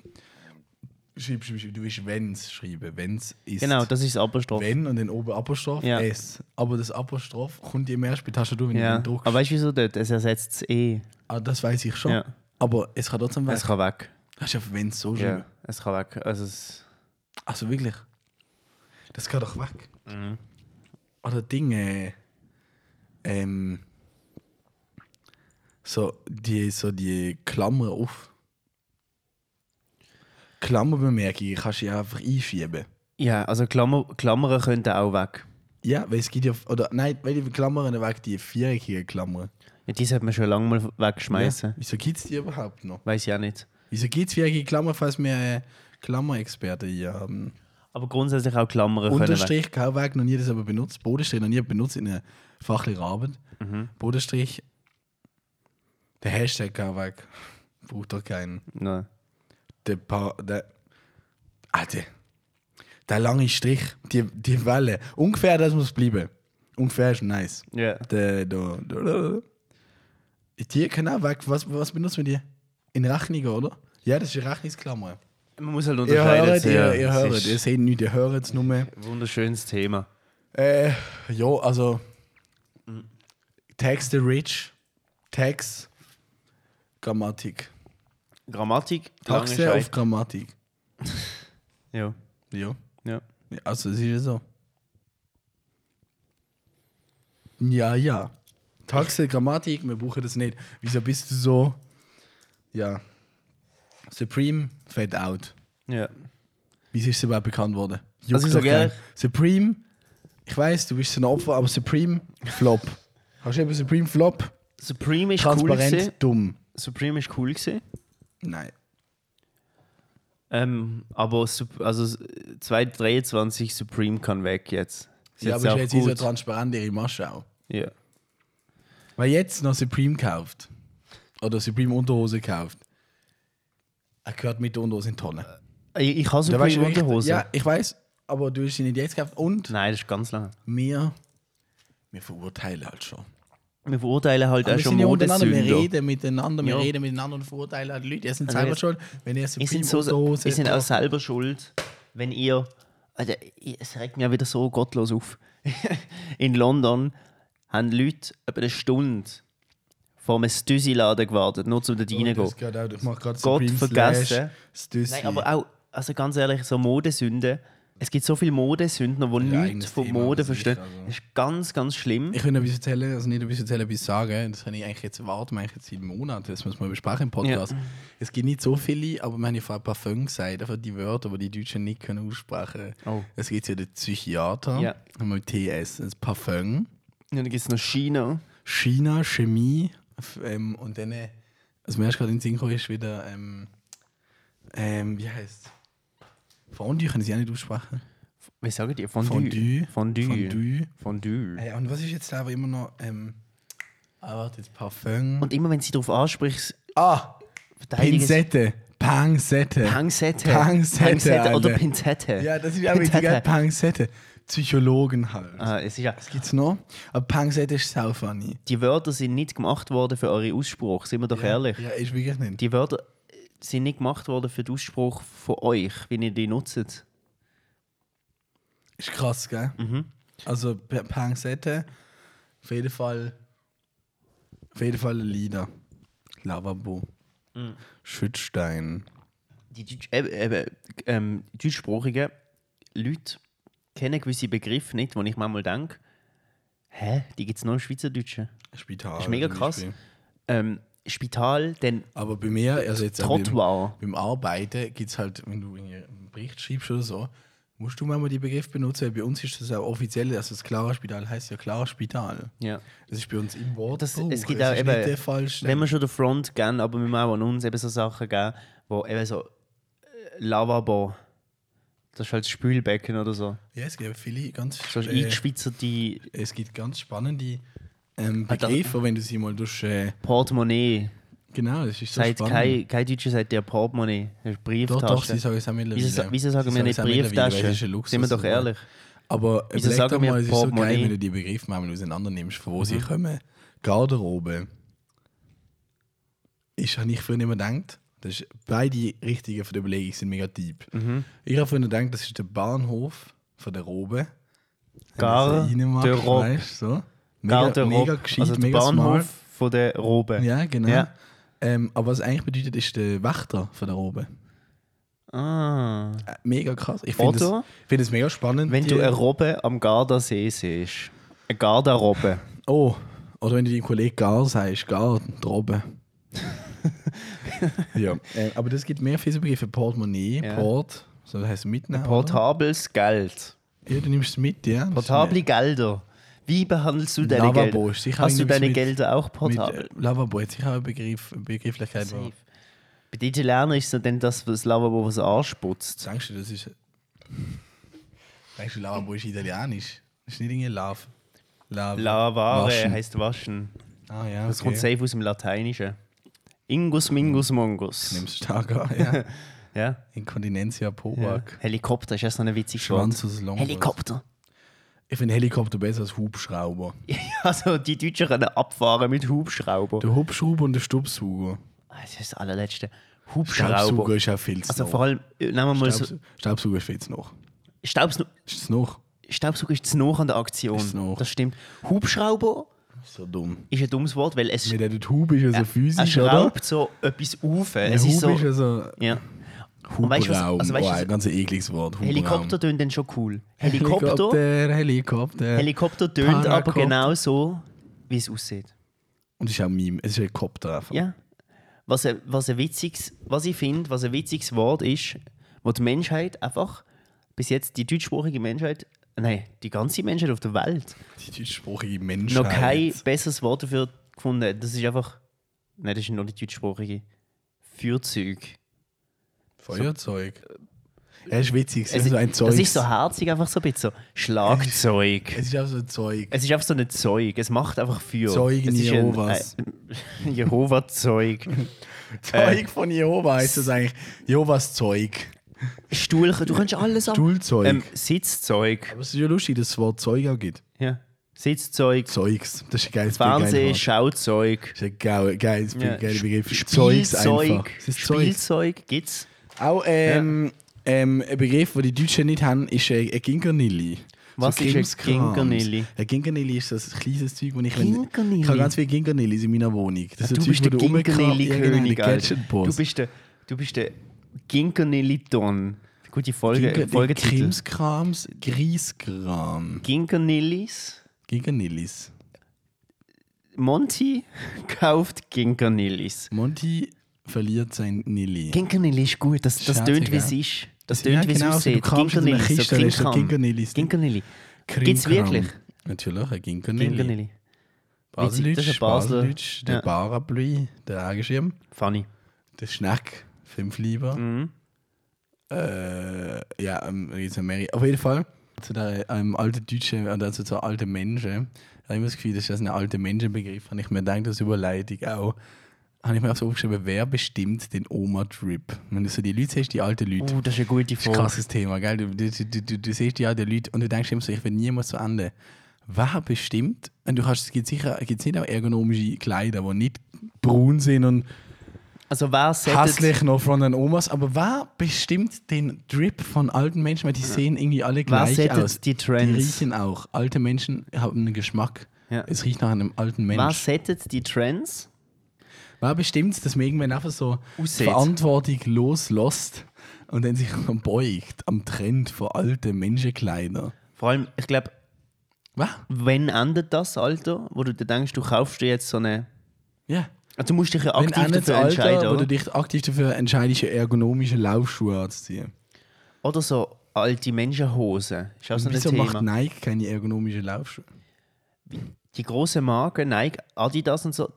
[SPEAKER 1] schreibst, du du willst Wenns schreiben. Wenns ist.
[SPEAKER 2] Genau, das ist das Apostroph.
[SPEAKER 1] Wenn und dann oben Apostroph,
[SPEAKER 2] Ja.
[SPEAKER 1] S. Aber das Apostroph kommt immer erst bei Tastatur, wenn
[SPEAKER 2] ja.
[SPEAKER 1] du den druckst.
[SPEAKER 2] Aber weißt du, wieso dort? Es ersetzt das E.
[SPEAKER 1] ah, das weiß ich schon.
[SPEAKER 2] Ja.
[SPEAKER 1] Aber es kann trotzdem weg.
[SPEAKER 2] Es kann weg.
[SPEAKER 1] Kannst du auf Wenns so schreiben.
[SPEAKER 2] Ja, es kann weg. Also es,
[SPEAKER 1] Also wirklich? Das geht doch weg. Oder Dinge. Ähm. So die, so die Klammer auf. Klammerbemerkungen kannst du ja einfach einschieben.
[SPEAKER 2] ja, also Klammer, Klammern könnten auch weg.
[SPEAKER 1] Ja, weil es gibt ja. Oder nein, weil die Klammern weg, die viereckigen Klammern.
[SPEAKER 2] Ja, die sollte man schon lange mal wegschmeißen.
[SPEAKER 1] Ja. Wieso gibt es die überhaupt noch?
[SPEAKER 2] Weiß ich auch nicht.
[SPEAKER 1] Wieso gibt es viereckige Klammern, falls wir äh, Klammerexperte hier haben?
[SPEAKER 2] Aber grundsätzlich auch Klammern können weg.
[SPEAKER 1] Unterstrich, kein Weg, noch nie das aber benutzt. Bodenstrich noch nie benutzt in einer fachlichen Arbeit.
[SPEAKER 2] Mhm.
[SPEAKER 1] Bodenstrich, der Hashtag kein Weg. Braucht doch keinen.
[SPEAKER 2] Nein.
[SPEAKER 1] Der paar, der. Alter. Der lange Strich, die, die Welle. Ungefähr das muss bleiben. Ungefähr ist nice.
[SPEAKER 2] Ja.
[SPEAKER 1] Der, der, der, der. Die können auch weg. Was, was benutzt man die? In Rechnungen, oder? Ja, das ist eine Rechnungsklammer.
[SPEAKER 2] Man muss halt
[SPEAKER 1] Ihr
[SPEAKER 2] unterscheiden.
[SPEAKER 1] hört,
[SPEAKER 2] ja.
[SPEAKER 1] ihr, ihr
[SPEAKER 2] Es
[SPEAKER 1] hört,
[SPEAKER 2] ist
[SPEAKER 1] ihr seht nichts, ihr hört es nur.
[SPEAKER 2] ein Wunderschönes Thema.
[SPEAKER 1] Äh, ja, also Tax the Rich, Tax Grammatik.
[SPEAKER 2] Grammatik, lange
[SPEAKER 1] Taxe
[SPEAKER 2] Schei-
[SPEAKER 1] auf Grammatik.
[SPEAKER 2] Ja.
[SPEAKER 1] Ja.
[SPEAKER 2] ja.
[SPEAKER 1] Ja, Also es ist ja so. Ja, ja. Taxe, Grammatik, wir brauchen das nicht. Wieso bist du so? Ja. Supreme fällt out.
[SPEAKER 2] Ja.
[SPEAKER 1] Wieso ist sie überhaupt bekannt worden?
[SPEAKER 2] Also ich
[SPEAKER 1] Juckt doch
[SPEAKER 2] sag ehrlich-
[SPEAKER 1] keinen. Supreme, ich weiß, du bist so ein Opfer, aber Supreme Flop. Hast du eben Supreme Flop?
[SPEAKER 2] Supreme ist cool
[SPEAKER 1] Transparent,
[SPEAKER 2] gewesen.
[SPEAKER 1] dumm.
[SPEAKER 2] Supreme ist cool gewesen.
[SPEAKER 1] Nein.
[SPEAKER 2] Ähm, aber Sup- also äh, 223 Supreme kann weg jetzt. Ist
[SPEAKER 1] Ja,
[SPEAKER 2] jetzt
[SPEAKER 1] aber
[SPEAKER 2] auch
[SPEAKER 1] ist jetzt so
[SPEAKER 2] gut.
[SPEAKER 1] transparent ihre Masche auch.
[SPEAKER 2] ja.
[SPEAKER 1] Wer jetzt noch Supreme kauft oder Supreme Unterhose kauft, er gehört mit der Unterhose in die Tonne.
[SPEAKER 2] Ich, ich habe
[SPEAKER 1] Da
[SPEAKER 2] Supreme
[SPEAKER 1] weisst du
[SPEAKER 2] Unterhose.
[SPEAKER 1] echt- Ja, ich weiß, aber du hast sie nicht jetzt gekauft und
[SPEAKER 2] Nein, das ist ganz lang.
[SPEAKER 1] wir, wir verurteilen halt schon.
[SPEAKER 2] Wir verurteilen halt
[SPEAKER 1] Aber
[SPEAKER 2] auch
[SPEAKER 1] wir
[SPEAKER 2] schon
[SPEAKER 1] sind ja untereinander, wir
[SPEAKER 2] Modesünder.
[SPEAKER 1] reden miteinander, wir
[SPEAKER 2] Ja.
[SPEAKER 1] reden miteinander und verurteilen halt Leute. Ihr sind
[SPEAKER 2] Also
[SPEAKER 1] selber
[SPEAKER 2] jetzt-
[SPEAKER 1] schuld, wenn ihr Supreme
[SPEAKER 2] Ihr sind, so,
[SPEAKER 1] Unterhose
[SPEAKER 2] ihr sind auch selber schuld, wenn ihr. Alter, ich- es regt mich auch wieder so gottlos auf. In London haben Leute etwa eine Stunde vor einem Stüsi-Laden gewartet, nur um dort reingehen.
[SPEAKER 1] Oh, Das geht auch, ich mach grad
[SPEAKER 2] Gott
[SPEAKER 1] Supreme
[SPEAKER 2] vergessen.
[SPEAKER 1] Slash, das
[SPEAKER 2] Nein,
[SPEAKER 1] Düssi.
[SPEAKER 2] aber auch, also ganz ehrlich, so Modesünde Es gibt so viele Modesündner, die
[SPEAKER 1] Ja,
[SPEAKER 2] nichts
[SPEAKER 1] eigenes
[SPEAKER 2] von
[SPEAKER 1] Thema
[SPEAKER 2] Mode
[SPEAKER 1] an sich,
[SPEAKER 2] verstehen.
[SPEAKER 1] also.
[SPEAKER 2] Das ist ganz, ganz schlimm.
[SPEAKER 1] Ich will ein bisschen erzählen, also nicht ein bisschen erzählen, etwas sagen. Das habe ich eigentlich jetzt warten, eigentlich jetzt seit Monaten. Das müssen wir besprechen im Podcast. Es gibt nicht so viele, aber wir haben ja vorhin Parfum gesagt, einfach die Wörter, die die Deutschen nicht können aussprechen können.
[SPEAKER 2] Oh.
[SPEAKER 1] Es gibt ja den Psychiater,
[SPEAKER 2] Ja.
[SPEAKER 1] einmal TS, das Parfum,
[SPEAKER 2] Ja, dann gibt es noch China.
[SPEAKER 1] China, Chemie f- ähm, und dann, äh, also mir erst gerade in den Sinn gekommen ist wieder, ähm, ähm, wie heißt Fondue können sie auch nicht aussprechen.
[SPEAKER 2] Wie sagen die?
[SPEAKER 1] Fondue.
[SPEAKER 2] Fondue. Fondue. Fondue.
[SPEAKER 1] Fondue.
[SPEAKER 2] Fondue.
[SPEAKER 1] Äh, und was ist jetzt aber immer noch, ähm, ah, warte, jetzt Parfum.
[SPEAKER 2] Und immer wenn sie darauf ansprichst,
[SPEAKER 1] Ah,
[SPEAKER 2] verteidigen sie
[SPEAKER 1] Pinzette. Pangsette. Pangsette,
[SPEAKER 2] Pangsette. Pangsette oder
[SPEAKER 1] Alter.
[SPEAKER 2] Pinzette.
[SPEAKER 1] ja, das ist auch die
[SPEAKER 2] Pinzette.
[SPEAKER 1] ganze Pangsette. Psychologen halt.
[SPEAKER 2] Ah, es ist ja,
[SPEAKER 1] Das gibt's noch. Aber Pangsette ist sau funny.
[SPEAKER 2] die Wörter sind nicht gemacht worden für eure Aussprache, sind wir doch ehrlich.
[SPEAKER 1] Ja, ist wirklich nicht.
[SPEAKER 2] Die Wörter äh, sind nicht gemacht worden für den Ausspruch von euch, wenn ihr die nutzt.
[SPEAKER 1] Ist krass, gell?
[SPEAKER 2] Mhm.
[SPEAKER 1] Also P- Pangsette, auf jeden Fall, auf jeden Fall ein Lieder. Lavabo.
[SPEAKER 2] Mhm.
[SPEAKER 1] Schüttstein.
[SPEAKER 2] Die Deutsch, äh, äh, ähm, deutschsprachigen Leute kennen gewisse Begriffe nicht, wo ich manchmal denke, hä, die gibt es nur im Schweizerdeutschen.
[SPEAKER 1] Spital.
[SPEAKER 2] Ist mega
[SPEAKER 1] zum
[SPEAKER 2] krass.
[SPEAKER 1] Beispiel.
[SPEAKER 2] Ähm, Spital, dann
[SPEAKER 1] Aber bei mir, also jetzt auch beim,
[SPEAKER 2] Trottoir.
[SPEAKER 1] beim Arbeiten gibt es halt, wenn du irgendwie einen Bericht schreibst oder so, musst du manchmal die Begriff benutzen, weil bei uns ist das auch offiziell, also das Clara Spital heißt ja Clara Spital.
[SPEAKER 2] Ja.
[SPEAKER 1] Das ist bei uns im Wort.
[SPEAKER 2] Das, es gibt auch
[SPEAKER 1] ist
[SPEAKER 2] eben,
[SPEAKER 1] nicht der falsche.
[SPEAKER 2] wenn wir schon der Front gehen, aber wir müssen auch an uns eben so Sachen geben, wo eben so äh, Lavabo, das ist halt das Spülbecken oder so.
[SPEAKER 1] ja, es gibt viele ganz,
[SPEAKER 2] So ist
[SPEAKER 1] äh,
[SPEAKER 2] eingeschweizerte
[SPEAKER 1] es gibt ganz spannende ähm,
[SPEAKER 2] Ah, da-
[SPEAKER 1] Begriffe, wenn du sie mal durch. Äh,
[SPEAKER 2] Portemonnaie.
[SPEAKER 1] genau, das ist so
[SPEAKER 2] Sagt
[SPEAKER 1] spannend.
[SPEAKER 2] kein, kein Deutscher sagt der Portemonnaie. Das ist
[SPEAKER 1] doch, doch,
[SPEAKER 2] Brieftasche.
[SPEAKER 1] sie sagen es auch mittlerweile.
[SPEAKER 2] Wieso, sa- wieso
[SPEAKER 1] Sie
[SPEAKER 2] sagen wir nicht
[SPEAKER 1] es auch mittlerweile, weil es
[SPEAKER 2] Brieftasche?
[SPEAKER 1] ist ein Luxus,
[SPEAKER 2] Sind wir doch
[SPEAKER 1] oder?
[SPEAKER 2] ehrlich.
[SPEAKER 1] Aber
[SPEAKER 2] Wieso
[SPEAKER 1] überleg
[SPEAKER 2] sagen
[SPEAKER 1] doch
[SPEAKER 2] wir
[SPEAKER 1] mal, es ist so geil,
[SPEAKER 2] Portemonnaie? Mhm.
[SPEAKER 1] wenn du die Begriffe mal auseinander nimmst, von wo sie kommen. Garderobe. Ich habe nicht früher nicht mehr gedacht. Das ist, beide Richtungen von der Überlegung sind mega deep.
[SPEAKER 2] Mhm.
[SPEAKER 1] Ich habe früher gedacht, das ist der Bahnhof von der Robe. Wenn du so reinmachst,
[SPEAKER 2] Garderobe.
[SPEAKER 1] weißt du, so. Mega,
[SPEAKER 2] Garderobe.
[SPEAKER 1] mega gescheit,
[SPEAKER 2] also der
[SPEAKER 1] mega
[SPEAKER 2] Bahnhof
[SPEAKER 1] smart.
[SPEAKER 2] von der Robe.
[SPEAKER 1] Ja, genau.
[SPEAKER 2] Ja.
[SPEAKER 1] Ähm, aber was eigentlich bedeutet, ist der Wächter von der Robe.
[SPEAKER 2] Ah.
[SPEAKER 1] Äh, Mega krass. Ich finde
[SPEAKER 2] Oder?
[SPEAKER 1] das, find das mega spannend.
[SPEAKER 2] Wenn du
[SPEAKER 1] die-
[SPEAKER 2] eine Robbe am Gardasee siehst. Eine Gardarobbe.
[SPEAKER 1] Oh, oder wenn du deinem Kollegen gar sagst, gar, droben. ja, äh, aber das gibt mehr viele Begriffe. Portemonnaie,
[SPEAKER 2] Ja.
[SPEAKER 1] Port, so das heißt mitnehmen. oder?
[SPEAKER 2] Portables Geld.
[SPEAKER 1] Ja, du nimmst es mit, ja. Das ist
[SPEAKER 2] Portable Gelder. Wie behandelst du deine
[SPEAKER 1] Lavabo
[SPEAKER 2] Gelder?
[SPEAKER 1] ist sicher
[SPEAKER 2] Hast du
[SPEAKER 1] irgendwas
[SPEAKER 2] deine
[SPEAKER 1] mit-
[SPEAKER 2] Gelder auch
[SPEAKER 1] mit,
[SPEAKER 2] portabel?
[SPEAKER 1] äh, Lavabo hat sicher auch eine Begriff, Begrifflichkeit. wo-
[SPEAKER 2] Safe. Bei den Italienern ist es dann das, was Lavabo was ansputzt.
[SPEAKER 1] Denkst du, das ist. Denkst du, Lavabo ist italienisch? Das ist nicht irgendwie Lav. Lav.
[SPEAKER 2] Lavare
[SPEAKER 1] Waschen.
[SPEAKER 2] heißt waschen.
[SPEAKER 1] Ah ja,
[SPEAKER 2] Das kommt
[SPEAKER 1] okay.
[SPEAKER 2] safe aus dem Lateinischen. Ingus, mingus,
[SPEAKER 1] Mhm.
[SPEAKER 2] mongus.
[SPEAKER 1] Nimmst du stark an, ja.
[SPEAKER 2] Ja.
[SPEAKER 1] Inkontinentia
[SPEAKER 2] ja.
[SPEAKER 1] Pobak.
[SPEAKER 2] Helikopter ist erst noch ein witziges Wort.
[SPEAKER 1] Schwanz aus Longboard.
[SPEAKER 2] Helikopter.
[SPEAKER 1] Ich finde Helikopter besser als Hubschrauber.
[SPEAKER 2] Also die Deutschen können abfahren mit Hubschrauber. Ah,
[SPEAKER 1] Der Hubschrauber und der Staubsauger.
[SPEAKER 2] Das ist das allerletzte.
[SPEAKER 1] Staubsauger
[SPEAKER 2] Hubschrauber.
[SPEAKER 1] ist auch viel zu
[SPEAKER 2] Also
[SPEAKER 1] noch.
[SPEAKER 2] vor allem, äh, nehmen wir mal so,
[SPEAKER 1] Staubs Staubsauger ist viel zu noch.
[SPEAKER 2] Staubsnu
[SPEAKER 1] Ist es noch?
[SPEAKER 2] Staubsauger ist zu nah an der Aktion.
[SPEAKER 1] Ist zu nah.
[SPEAKER 2] Das stimmt. Hubschrauber
[SPEAKER 1] So dumm.
[SPEAKER 2] ist ein dummes Wort, weil es,
[SPEAKER 1] Mit der Hub ist also
[SPEAKER 2] es
[SPEAKER 1] physisch, oder?
[SPEAKER 2] schraubt so etwas auf.
[SPEAKER 1] Der
[SPEAKER 2] es
[SPEAKER 1] Hub
[SPEAKER 2] ist
[SPEAKER 1] ist,
[SPEAKER 2] so,
[SPEAKER 1] also
[SPEAKER 2] ja. Und weißt du was-
[SPEAKER 1] Hubraum.
[SPEAKER 2] also weißt du
[SPEAKER 1] oh,
[SPEAKER 2] was-
[SPEAKER 1] ein ganz ekliges Wort. Hubraum.
[SPEAKER 2] Helikopter tönt dann schon cool. Helikopter,
[SPEAKER 1] Helikopter, Helikopter.
[SPEAKER 2] Helikopter tönt aber
[SPEAKER 1] Paracopter.
[SPEAKER 2] genau so, wie es aussieht.
[SPEAKER 1] und es ist auch ein Meme. Es ist ein Helikopter einfach.
[SPEAKER 2] Ja. Was, ein, was, ein witziges, was ich finde, was ein witziges Wort ist, wo die Menschheit einfach, bis jetzt die deutschsprachige Menschheit, nein, die ganze Menschheit auf der Welt,
[SPEAKER 1] Die deutschsprachige Menschheit.
[SPEAKER 2] noch kein besseres Wort dafür gefunden hat. Das ist einfach, nein, das ist noch nicht deutschsprachige. Feuerzeug.
[SPEAKER 1] Feuerzeug. Er ist witzig. Es ist so ein Zeug.
[SPEAKER 2] das ist so herzig, einfach so ein bisschen. so Schlagzeug.
[SPEAKER 1] Es ist auch so ein Zeug.
[SPEAKER 2] Es ist einfach so ein Zeug. Es macht einfach Feuer.
[SPEAKER 1] Zeugen
[SPEAKER 2] es ist ein-
[SPEAKER 1] Jehovas.
[SPEAKER 2] Äh, Jehova-Zeug.
[SPEAKER 1] Zeug von Jehova heißt das eigentlich. Jehovas Zeug.
[SPEAKER 2] Stuhl, du kannst alles ab.
[SPEAKER 1] Stuhlzeug.
[SPEAKER 2] Ähm, Sitzzeug.
[SPEAKER 1] Aber es ist ja lustig, dass es Wort Zeug auch gibt.
[SPEAKER 2] Ja. Sitzzeug,
[SPEAKER 1] Zeugs. Das ist ein geiles Bild,
[SPEAKER 2] Fernseh,
[SPEAKER 1] einfach.
[SPEAKER 2] Schauzeug.
[SPEAKER 1] Das ist ein geil, geiles Bild,
[SPEAKER 2] Ja.
[SPEAKER 1] geiler Begriff. Zeugs einfach.
[SPEAKER 2] Spielzeug.
[SPEAKER 1] Es ist Zeugs.
[SPEAKER 2] Spielzeug gibt's.
[SPEAKER 1] Auch ähm, ähm, ein Begriff, den die Deutschen nicht haben, ist äh, ein Ginkernilli.
[SPEAKER 2] Was ist ein
[SPEAKER 1] Krimskrams.
[SPEAKER 2] Ginkernilli?
[SPEAKER 1] Ein Ginkernilli ist das kleines Zeug, das ich...
[SPEAKER 2] Ginkernilli?
[SPEAKER 1] Ich habe ganz viele Ginkernilis in meiner Wohnung. Das ist
[SPEAKER 2] Du
[SPEAKER 1] ein
[SPEAKER 2] bist
[SPEAKER 1] Zeug,
[SPEAKER 2] der
[SPEAKER 1] wo du rumkra- Ja, genau,
[SPEAKER 2] Ginkernilli-König,
[SPEAKER 1] der
[SPEAKER 2] Alter. Du
[SPEAKER 1] Gadget-Boss.
[SPEAKER 2] bist der, du bist der Ginkernilli-Ton. Gute Folge,
[SPEAKER 1] Giga-
[SPEAKER 2] Folgetitel.
[SPEAKER 1] Krimskrams, Grieskram.
[SPEAKER 2] Ginkernillis.
[SPEAKER 1] Giganillis.
[SPEAKER 2] Monty kauft Ginkernillis.
[SPEAKER 1] Monty verliert sein Nilli.
[SPEAKER 2] Ginkernillis ist gut, das, das
[SPEAKER 1] Scheiße,
[SPEAKER 2] tönt wie es
[SPEAKER 1] gell?
[SPEAKER 2] ist. Das
[SPEAKER 1] Ja,
[SPEAKER 2] tönt wie es
[SPEAKER 1] genau, so du
[SPEAKER 2] aussieht.
[SPEAKER 1] kaufst in einer
[SPEAKER 2] Ginkernillis, so
[SPEAKER 1] Kiste, da ist ein
[SPEAKER 2] Ginkernillis.
[SPEAKER 1] Ginkernillis drin.
[SPEAKER 2] Ginkernilli. Gibt's
[SPEAKER 1] Krimkram.
[SPEAKER 2] wirklich?
[SPEAKER 1] Natürlich, ein Ginkernilli.
[SPEAKER 2] Ginkernilli. Das ist
[SPEAKER 1] Baseldeutsch,
[SPEAKER 2] ein Basler.
[SPEAKER 1] Baseldeutsch, der
[SPEAKER 2] Ja.
[SPEAKER 1] Parapluie, der Regenschirm,
[SPEAKER 2] Funny.
[SPEAKER 1] der Schnack, fünf Lieber.
[SPEAKER 2] Mhm.
[SPEAKER 1] Äh, ja, ähm, da gibt's noch mehrere. Auf jeden Fall, zu der, einem alten Deutschen, oder also zu alten Menschen, ich habe immer das Gefühl, das ist das ein alter Menschenbegriff. Und ich mir gedacht, das ist Überleitung auch. Habe ich mir auch so aufgeschrieben, wer bestimmt den Oma-Trip? Wenn du so die Leute siehst, die alten Leute.
[SPEAKER 2] Uh, das ist eine gute
[SPEAKER 1] Das ist ein
[SPEAKER 2] Frage.
[SPEAKER 1] krasses Thema, gell? Du, du, du, du, du siehst ja die Leute und du denkst immer so, ich will niemals so enden. Wer bestimmt, und du hast, es gibt sicher gibt's nicht auch ergonomische Kleider, die nicht braun sind und
[SPEAKER 2] Also wer setzt,
[SPEAKER 1] hässlich noch von den Omas, aber wer bestimmt den Drip von alten Menschen, weil die sehen irgendwie alle
[SPEAKER 2] wer
[SPEAKER 1] gleich aus.
[SPEAKER 2] setzt die
[SPEAKER 1] Die
[SPEAKER 2] Trends?
[SPEAKER 1] riechen auch. Alte Menschen haben einen Geschmack.
[SPEAKER 2] Ja.
[SPEAKER 1] Es riecht nach einem alten Mensch.
[SPEAKER 2] Wer setzt die Trends?
[SPEAKER 1] Wer bestimmt, dass man irgendwann einfach so
[SPEAKER 2] Aussieht.
[SPEAKER 1] Verantwortung loslässt und dann sich beugt am Trend von alten Menschenkleidern?
[SPEAKER 2] Vor allem, ich glaube,
[SPEAKER 1] Was?
[SPEAKER 2] wann endet das Alter, wo du dir denkst, du kaufst dir jetzt so eine...
[SPEAKER 1] Ja.
[SPEAKER 2] Also du musst dich ja
[SPEAKER 1] Wenn
[SPEAKER 2] aktiv
[SPEAKER 1] endet
[SPEAKER 2] dafür
[SPEAKER 1] das
[SPEAKER 2] entscheiden,
[SPEAKER 1] Alter, wo du
[SPEAKER 2] oder?
[SPEAKER 1] dich aktiv dafür entscheidest, ergonomische Laufschuhe anzuziehen.
[SPEAKER 2] Oder so alte Menschenhosen. Ist auch so ein
[SPEAKER 1] Wieso macht
[SPEAKER 2] Thema.
[SPEAKER 1] Nike keine ergonomischen Laufschuhe?
[SPEAKER 2] Die grossen Marken, Nike, Adidas und so,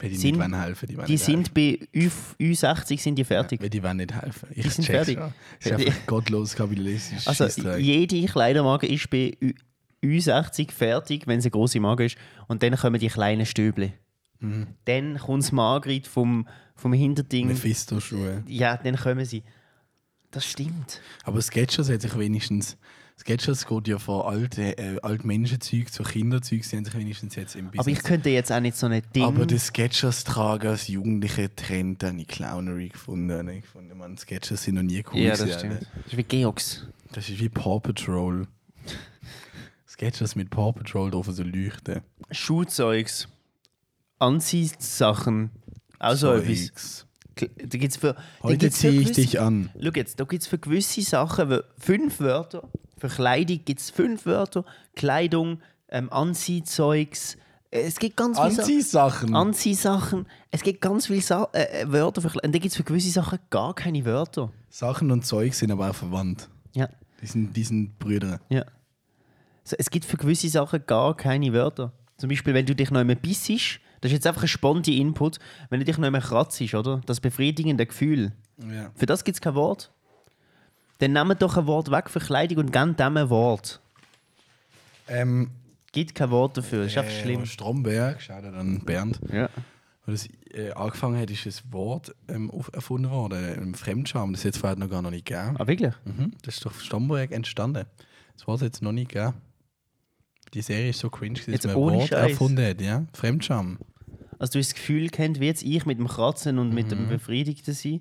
[SPEAKER 1] Wenn die
[SPEAKER 2] Sind-
[SPEAKER 1] nicht wollen helfen, die wollen
[SPEAKER 2] die
[SPEAKER 1] nicht helfen.
[SPEAKER 2] sind bei Ü- Ü60 sind die fertig.
[SPEAKER 1] Wenn die wollen nicht helfen. Ich
[SPEAKER 2] Die sind
[SPEAKER 1] check's
[SPEAKER 2] fertig.
[SPEAKER 1] schon. Es ist einfach gottlos kapitalistisch.
[SPEAKER 2] Also
[SPEAKER 1] Scheissdreck.
[SPEAKER 2] jede Kleidermarke ist bei Ü- Ü60 fertig, wenn es eine grosse Marke ist. Und dann kommen die kleinen Stöbli.
[SPEAKER 1] Mhm.
[SPEAKER 2] Dann kommt das Margrit vom, vom Hinterding.
[SPEAKER 1] Mephisto-Schuhe.
[SPEAKER 2] Ja, dann kommen sie. Das stimmt.
[SPEAKER 1] Aber Sketchers hat sich wenigstens... Sketchers geht ja von alten äh, Altmenschenzeug zu Kinderzeug, sie haben sich wenigstens jetzt im
[SPEAKER 2] Aber ich
[SPEAKER 1] Business...
[SPEAKER 2] könnte jetzt auch nicht so ein Ding.
[SPEAKER 1] Aber den Sketchers tragen als Jugendliche Trend habe ich Clownery gefunden. Ich fand, man, Sketchers sind noch nie cool.
[SPEAKER 2] ja, das
[SPEAKER 1] gewesen,
[SPEAKER 2] stimmt.
[SPEAKER 1] ne?
[SPEAKER 2] Das ist wie Georgs.
[SPEAKER 1] Das ist wie Paw Patrol. Sketches mit Paw Patrol drauf so leuchten.
[SPEAKER 2] Schuhzeugs. Anziehsachen. Also etwas.
[SPEAKER 1] Zeugs.
[SPEAKER 2] Kl- Da gibt's für, da
[SPEAKER 1] Heute
[SPEAKER 2] gibt's für
[SPEAKER 1] ziehe ich
[SPEAKER 2] gewisse-
[SPEAKER 1] dich an.
[SPEAKER 2] Schau jetzt, da gibt es für gewisse Sachen wo- fünf Wörter. Für Kleidung gibt es fünf Wörter. Kleidung, ähm, Anziehzeugs. Äh, Es gibt ganz viele Sa-
[SPEAKER 1] Anziehsachen.
[SPEAKER 2] Anziehsachen. Es gibt ganz viele Sa äh, äh, Wörter. Für Kle- Und dann gibt es für gewisse Sachen gar keine Wörter.
[SPEAKER 1] Sachen und Zeug sind aber auch verwandt.
[SPEAKER 2] Ja.
[SPEAKER 1] Die sind, die sind Brüder.
[SPEAKER 2] ja. So, es gibt für gewisse Sachen gar keine Wörter. Zum Beispiel, wenn du dich noch einmal bissisch, das ist jetzt einfach ein spontaner Input, wenn du dich noch einmal kratzisch, oder? Das befriedigende Gefühl.
[SPEAKER 1] Ja.
[SPEAKER 2] Für das gibt es kein Wort. Dann nehmt doch ein Wort weg für Kleidung und gebt dem ein Wort.
[SPEAKER 1] Ähm,
[SPEAKER 2] Gibt kein Wort dafür, ist einfach
[SPEAKER 1] äh,
[SPEAKER 2] schlimm.
[SPEAKER 1] Stromberg, schau dir an Bernd.
[SPEAKER 2] Ja.
[SPEAKER 1] Wo das äh, angefangen hat, ist ein Wort ähm, auf, erfunden worden. Ein Fremdscham, das hat es vorher noch gar noch nicht gegeben.
[SPEAKER 2] Ah, wirklich?
[SPEAKER 1] Mhm. Das ist doch Stromberg entstanden. Das war es jetzt noch nicht, gell? Die Serie ist so cringe, gewesen,
[SPEAKER 2] Jetzt
[SPEAKER 1] dass man
[SPEAKER 2] ohne
[SPEAKER 1] ein Wort
[SPEAKER 2] Scheiß.
[SPEAKER 1] erfunden hat, ja? Fremdscham.
[SPEAKER 2] Also du hast das Gefühl kennt, wie jetzt ich mit dem Kratzen und mit
[SPEAKER 1] Mhm.
[SPEAKER 2] dem Befriedigten sein,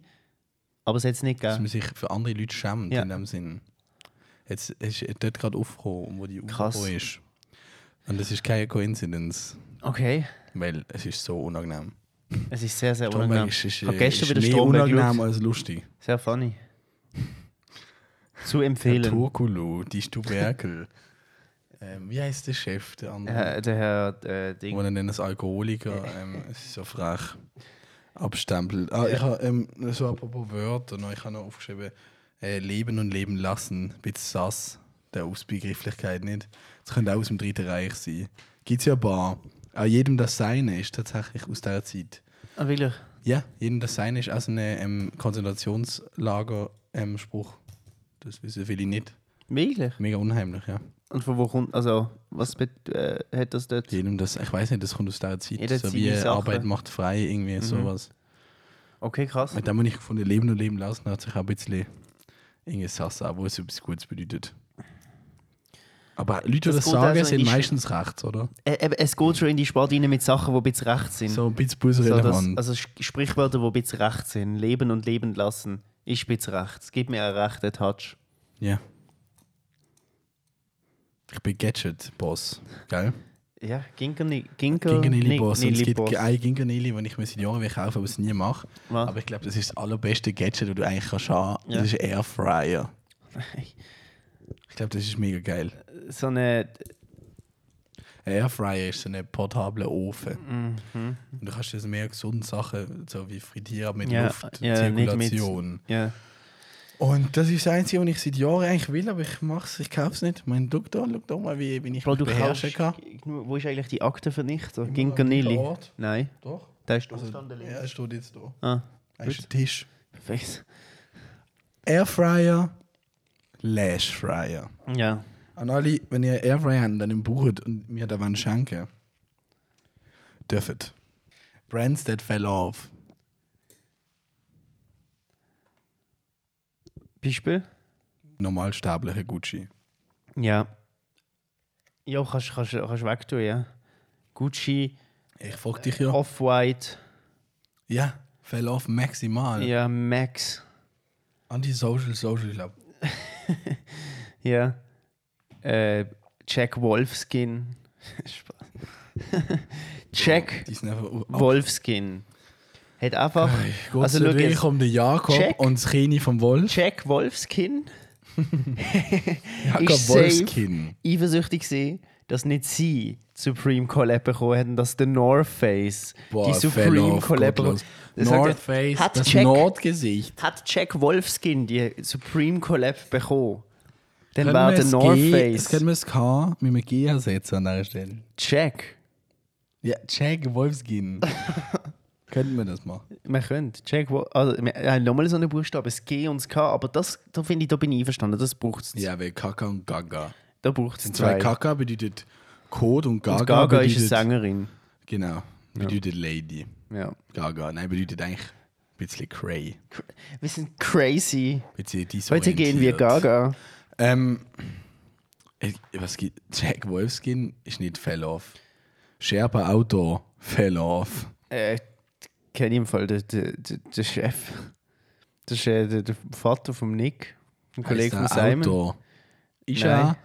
[SPEAKER 2] aber es hat es nicht
[SPEAKER 1] Dass man
[SPEAKER 2] gegeben.
[SPEAKER 1] sich für andere Leute schämt
[SPEAKER 2] Ja.
[SPEAKER 1] in dem Sinn. Jetzt ist dort gerade aufgekommen, wo die
[SPEAKER 2] Krass.
[SPEAKER 1] aufgekommen ist. Und das ist keine Coincidence,
[SPEAKER 2] Okay,
[SPEAKER 1] weil es ist so unangenehm.
[SPEAKER 2] es ist sehr, sehr
[SPEAKER 1] Stromberg
[SPEAKER 2] unangenehm.
[SPEAKER 1] ist- ist-
[SPEAKER 2] ich habe gestern
[SPEAKER 1] ist
[SPEAKER 2] wieder
[SPEAKER 1] mehr
[SPEAKER 2] Stromberg
[SPEAKER 1] unangenehm
[SPEAKER 2] geschaut.
[SPEAKER 1] als lustig.
[SPEAKER 2] Sehr funny. Zu empfehlen.
[SPEAKER 1] Turkulu, die Stuberkel. ähm, wie heißt der Chef, der andere?
[SPEAKER 2] Äh, der Herr äh, Ding.
[SPEAKER 1] Wo er dann als Alkoholiker, ähm, es ist so frech, abstempelt. Ah, ich habe ähm, so apropos Wörter, noch, ich habe noch aufgeschrieben, äh, Leben und Leben lassen, ein bisschen sass, der Ausbegrifflichkeit nicht. Das könnte auch aus dem Dritten Reich sein. Gibt es ja ein paar. Auch jedem das Seine ist tatsächlich aus dieser Zeit.
[SPEAKER 2] Ah, wirklich?
[SPEAKER 1] Ja, jedem das Seine ist auch so ein ähm, Konzentrationslager-Spruch. das wissen viele nicht.
[SPEAKER 2] Wirklich?
[SPEAKER 1] Mega unheimlich, ja.
[SPEAKER 2] Und von wo kommt, also, was bet- äh, hat das dort?
[SPEAKER 1] Jedem das, ich weiß nicht, das kommt aus dieser Zeit.
[SPEAKER 2] Jeder
[SPEAKER 1] so
[SPEAKER 2] seine Mhm.
[SPEAKER 1] wie
[SPEAKER 2] Sache.
[SPEAKER 1] Arbeit macht frei, irgendwie sowas.
[SPEAKER 2] Okay, krass.
[SPEAKER 1] Mit dem, was ich gefunden Leben und Leben lassen, hat sich auch ein bisschen irgendwie Sassa, wo es etwas Gutes bedeutet. Aber Leute, die das,
[SPEAKER 2] geht
[SPEAKER 1] sagen,
[SPEAKER 2] also in
[SPEAKER 1] sind
[SPEAKER 2] die
[SPEAKER 1] meistens rechts, oder?
[SPEAKER 2] Äh, eben, es geht schon in die Sparte rein mit Sachen, die ein bisschen recht sind.
[SPEAKER 1] So ein bisschen
[SPEAKER 2] So, dass-
[SPEAKER 1] busrelevant.
[SPEAKER 2] also Sch- Sprichwörter, die ein bisschen recht sind. Leben und leben lassen ist ein bisschen recht. Gib mir einen rechten Touch.
[SPEAKER 1] ja. Ich bin Gadget-Boss, gell?
[SPEAKER 2] Ja, Ginkernilli. Ginkernilli.
[SPEAKER 1] Ginkernelli-Boss. Und es gibt ein Ginkernelli, das ich mir seit Jahren will kaufen aber es nie mache.
[SPEAKER 2] Was?
[SPEAKER 1] Aber ich glaube, das ist das allerbeste Gadget, das du eigentlich kannst haben.
[SPEAKER 2] Ja.
[SPEAKER 1] Das ist ein Airfryer. Ich glaube, das ist mega geil.
[SPEAKER 2] so eine.
[SPEAKER 1] Ein Airfryer ist so ein portabler Ofen.
[SPEAKER 2] Mhm.
[SPEAKER 1] Und du kannst das mehr gesunde Sachen, so wie frittieren mit
[SPEAKER 2] Ja,
[SPEAKER 1] Luft,
[SPEAKER 2] ja, nicht mit-
[SPEAKER 1] Zirkulation.
[SPEAKER 2] Ja.
[SPEAKER 1] Und das ist das Einzige, was ich seit Jahren eigentlich will, aber ich mache es, ich kaufe es nicht. Mein Doktor, schau doch mal, wie bin ich
[SPEAKER 2] Bro, du
[SPEAKER 1] mich
[SPEAKER 2] kannst.
[SPEAKER 1] beherrschen kann.
[SPEAKER 2] Wo ist eigentlich die Aktenvernichter? Ginkernilli.
[SPEAKER 1] Ort.
[SPEAKER 2] Nein,
[SPEAKER 1] Doch.
[SPEAKER 2] da ist.
[SPEAKER 1] Also, ja, er steht jetzt da.
[SPEAKER 2] Ah,
[SPEAKER 1] Er ist am Tisch.
[SPEAKER 2] perfekt.
[SPEAKER 1] Airfryer, Lashfryer.
[SPEAKER 2] Ja.
[SPEAKER 1] An alle, wenn ihr Airfryer habt, dann ihn braucht und mir da wollt schenken, dürft. Brands that fell off.
[SPEAKER 2] Beispiel?
[SPEAKER 1] Normalsterbliche Gucci.
[SPEAKER 2] Ja. Ja, kannst du kannst, kannst weg tun, ja. Gucci,
[SPEAKER 1] Ich frag dich ja.
[SPEAKER 2] Off-White,
[SPEAKER 1] Ja, fell off maximal.
[SPEAKER 2] ja, Max,
[SPEAKER 1] Antisocial, Social Club.
[SPEAKER 2] ja. Äh, Jack Wolfskin. Spaß. Jack
[SPEAKER 1] Die ist einfach
[SPEAKER 2] Wolfskin. Hat einfach.
[SPEAKER 1] Gott
[SPEAKER 2] also,
[SPEAKER 1] sei
[SPEAKER 2] schau
[SPEAKER 1] Dank
[SPEAKER 2] jetzt.
[SPEAKER 1] kommt der Jakob
[SPEAKER 2] Check.
[SPEAKER 1] und das Kini vom Wolf.
[SPEAKER 2] Jack Wolfskin
[SPEAKER 1] Jakob
[SPEAKER 2] ist safe.
[SPEAKER 1] Wolfskin.
[SPEAKER 2] eifersüchtig gewesen, dass nicht sie Supreme Collab bekommen haben, dass der North Face die Supreme Collab bekommen
[SPEAKER 1] gottlos.
[SPEAKER 2] Das sagt er,
[SPEAKER 1] North Face,
[SPEAKER 2] hat
[SPEAKER 1] das
[SPEAKER 2] Jack-
[SPEAKER 1] Nordgesicht.
[SPEAKER 2] Hat Jack Wolfskin die Supreme Collab bekommen, dann
[SPEAKER 1] Können
[SPEAKER 2] war
[SPEAKER 1] wir
[SPEAKER 2] der
[SPEAKER 1] das
[SPEAKER 2] North
[SPEAKER 1] G-
[SPEAKER 2] Face
[SPEAKER 1] Das können wir das K mit einem G ersetzen an dieser Stelle.
[SPEAKER 2] Jack.
[SPEAKER 1] Ja, Jack Wolfskin. Könnten wir das machen?
[SPEAKER 2] Man könnte Jack Wo also, wir haben nochmal so einen Buchstaben, das G und das K, aber das, da finde ich, da bin ich einverstanden, das braucht es.
[SPEAKER 1] Ja, weil Kaka und Gaga.
[SPEAKER 2] Da braucht es
[SPEAKER 1] Zwei
[SPEAKER 2] zwei.
[SPEAKER 1] Kaka bedeutet Code und Gaga,
[SPEAKER 2] und Gaga ist
[SPEAKER 1] bedeutet,
[SPEAKER 2] eine Sängerin.
[SPEAKER 1] Genau, bedeutet Lady.
[SPEAKER 2] Ja.
[SPEAKER 1] Gaga, nein, bedeutet eigentlich ein bisschen cray.
[SPEAKER 2] Wir sind crazy.
[SPEAKER 1] Ein bisschen
[SPEAKER 2] Heute gehen wir
[SPEAKER 1] disorientiert.
[SPEAKER 2] Gaga.
[SPEAKER 1] Ähm, ich- was gibt Jack Wolfskin ist nicht fell off. Sherpa Auto fell off.
[SPEAKER 2] Äh, kenne ich im Fall den, den, den den Chef. Das ist äh, der, der Vater von Nick, ein Kollege von
[SPEAKER 1] Heißt er
[SPEAKER 2] Simon.
[SPEAKER 1] Auto. Ist
[SPEAKER 2] Nein.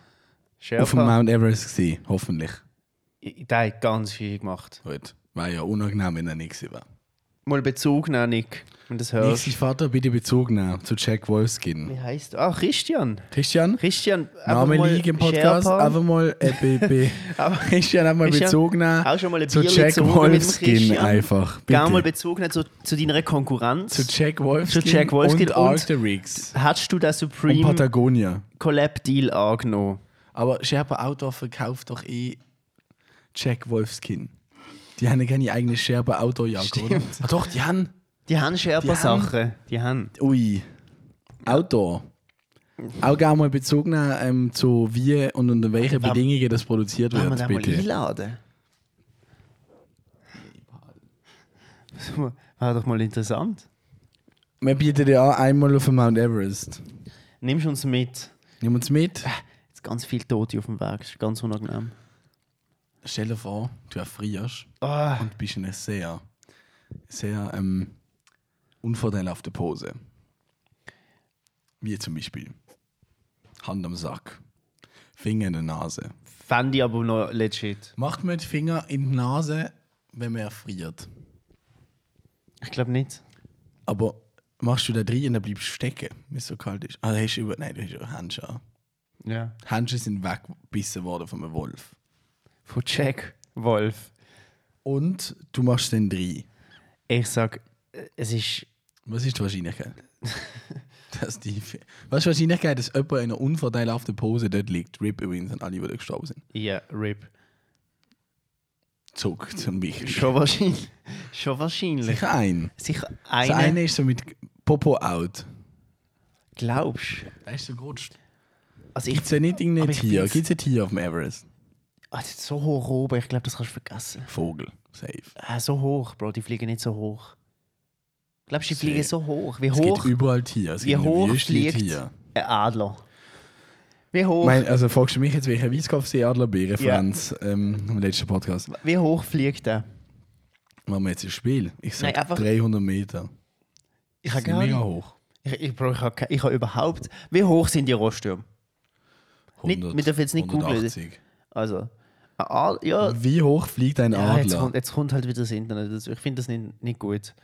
[SPEAKER 1] er auf dem Mount Everest gewesen, hoffentlich.
[SPEAKER 2] Der hat ganz viel gemacht.
[SPEAKER 1] Gut. War ja unangenehm, wenn er nichts war.
[SPEAKER 2] Mal Bezug nehmen, Nick, wenn du das hörst.
[SPEAKER 1] Nächsten Vater bitte Bezug nehmen zu Jack Wolfskin.
[SPEAKER 2] Wie heißt du? Ah, Christian.
[SPEAKER 1] Christian,
[SPEAKER 2] Christian,
[SPEAKER 1] Name
[SPEAKER 2] mal
[SPEAKER 1] liegt im Podcast,
[SPEAKER 2] Sherpa.
[SPEAKER 1] einfach mal äh, be, be, Christian hat mal
[SPEAKER 2] Christian,
[SPEAKER 1] Bezug
[SPEAKER 2] auch schon mal
[SPEAKER 1] nehmen
[SPEAKER 2] ein
[SPEAKER 1] zu
[SPEAKER 2] Bierli
[SPEAKER 1] Jack
[SPEAKER 2] gezogen mit dem
[SPEAKER 1] Wolfskin
[SPEAKER 2] Christian.
[SPEAKER 1] einfach.
[SPEAKER 2] Geh mal
[SPEAKER 1] Bitte.
[SPEAKER 2] Bezug nehmen zu, zu deiner Konkurrenz.
[SPEAKER 1] Zu Jack Wolfskin,
[SPEAKER 2] Zu Jack Wolfskin
[SPEAKER 1] und,
[SPEAKER 2] und-
[SPEAKER 1] Arcteryx
[SPEAKER 2] Hast du den
[SPEAKER 1] und
[SPEAKER 2] Supreme
[SPEAKER 1] Patagonia.
[SPEAKER 2] Collab Deal angenommen?
[SPEAKER 1] Aber Sherpa Outdoor verkauft doch eh Jack Wolfskin. Die haben ja keine eigene Sherpa Outdoor Jacke, oder? Ah, doch, die haben.
[SPEAKER 2] Die haben scherper
[SPEAKER 1] Die haben-
[SPEAKER 2] Sachen. Die haben.
[SPEAKER 1] Ui. Outdoor. Auch gerne mal Bezug nehmen ähm, zu wie und unter welchen Bedingungen das produziert
[SPEAKER 2] Wollen wir den
[SPEAKER 1] wird,
[SPEAKER 2] mal
[SPEAKER 1] bitte.
[SPEAKER 2] einladen? Das Wäre doch mal interessant.
[SPEAKER 1] Wir bieten dir an, einmal auf den Mount Everest.
[SPEAKER 2] Nimmst uns mit.
[SPEAKER 1] Nimm uns mit.
[SPEAKER 2] Jetzt ganz viel Tote auf dem Weg. Ist ganz unangenehm.
[SPEAKER 1] Stell dir vor, du erfrierst
[SPEAKER 2] Ah,
[SPEAKER 1] und bist in einer sehr, sehr ähm, unvorteilhaften Pose. Wie zum Beispiel Hand am Sack, Finger in der Nase.
[SPEAKER 2] Fände ich aber noch legit.
[SPEAKER 1] Macht man die Finger in die Nase, wenn man erfriert.
[SPEAKER 2] Ich glaube nicht.
[SPEAKER 1] Aber machst du da drin und dann bleibst du stecken, wenn es so kalt ist. Also hast du über, nein, du hast ja Handschuhe. an.
[SPEAKER 2] Ja.
[SPEAKER 1] Handschuhe sind weggebissen worden von einem Wolf.
[SPEAKER 2] Von Jack Wolf.
[SPEAKER 1] Und du machst den drin.
[SPEAKER 2] Ich sag, äh, es ist.
[SPEAKER 1] Was ist die Wahrscheinlichkeit? dass die, was ist die Wahrscheinlichkeit, dass jemand in einer unvorteilhaften Pose dort liegt? Rip übrigens an alle, die da gestorben sind.
[SPEAKER 2] Ja, RIP.
[SPEAKER 1] Zurück zum Michel.
[SPEAKER 2] Schon wahrscheinlich. Schon wahrscheinlich.
[SPEAKER 1] Sicher ein.
[SPEAKER 2] Sicher
[SPEAKER 1] Das
[SPEAKER 2] eine.
[SPEAKER 1] eine ist so mit Popo out.
[SPEAKER 2] Glaubst du?
[SPEAKER 1] Da ist so gerutscht.
[SPEAKER 2] Also ich.
[SPEAKER 1] Gibt es ja nicht irgendein
[SPEAKER 2] Aber ich
[SPEAKER 1] Tier?
[SPEAKER 2] find's-
[SPEAKER 1] Gibt es ein Tier auf dem Everest?
[SPEAKER 2] Ah, das ist so hoch oben, ich glaube, das kannst du vergessen.
[SPEAKER 1] Vogel. Safe.
[SPEAKER 2] Ah, so hoch, Bro, die fliegen nicht so hoch. Glaubst du, die
[SPEAKER 1] Sehr.
[SPEAKER 2] fliegen so hoch? Wie
[SPEAKER 1] Es gibt
[SPEAKER 2] hoch?
[SPEAKER 1] überall Tiere. Es
[SPEAKER 2] Wie
[SPEAKER 1] gibt in der
[SPEAKER 2] hoch
[SPEAKER 1] Wüste
[SPEAKER 2] fliegt
[SPEAKER 1] Tiere.
[SPEAKER 2] ein Adler? Wie hoch,
[SPEAKER 1] Ich meine, also fragst du mich jetzt, welcher Weisskopfseeadler bin? Referenz ähm, im letzten Podcast.
[SPEAKER 2] wie hoch fliegt der?
[SPEAKER 1] Machen wir jetzt ein Spiel. Ich sag
[SPEAKER 2] Nein, einfach-
[SPEAKER 1] 300 Meter.
[SPEAKER 2] Ich
[SPEAKER 1] Das
[SPEAKER 2] habe
[SPEAKER 1] ist mega hoch.
[SPEAKER 2] Ich, ich, Bro, ich, hab ke- ich hab überhaupt. Wie hoch sind die Rostürme? Nicht- wir dürfen jetzt nicht googeln.
[SPEAKER 1] 180.
[SPEAKER 2] Also, Ah, ja,
[SPEAKER 1] Wie hoch fliegt ein
[SPEAKER 2] ja jetzt,
[SPEAKER 1] Adler?
[SPEAKER 2] kommt, jetzt kommt halt wieder das Internet. dazu. Ich finde das nicht, nicht gut.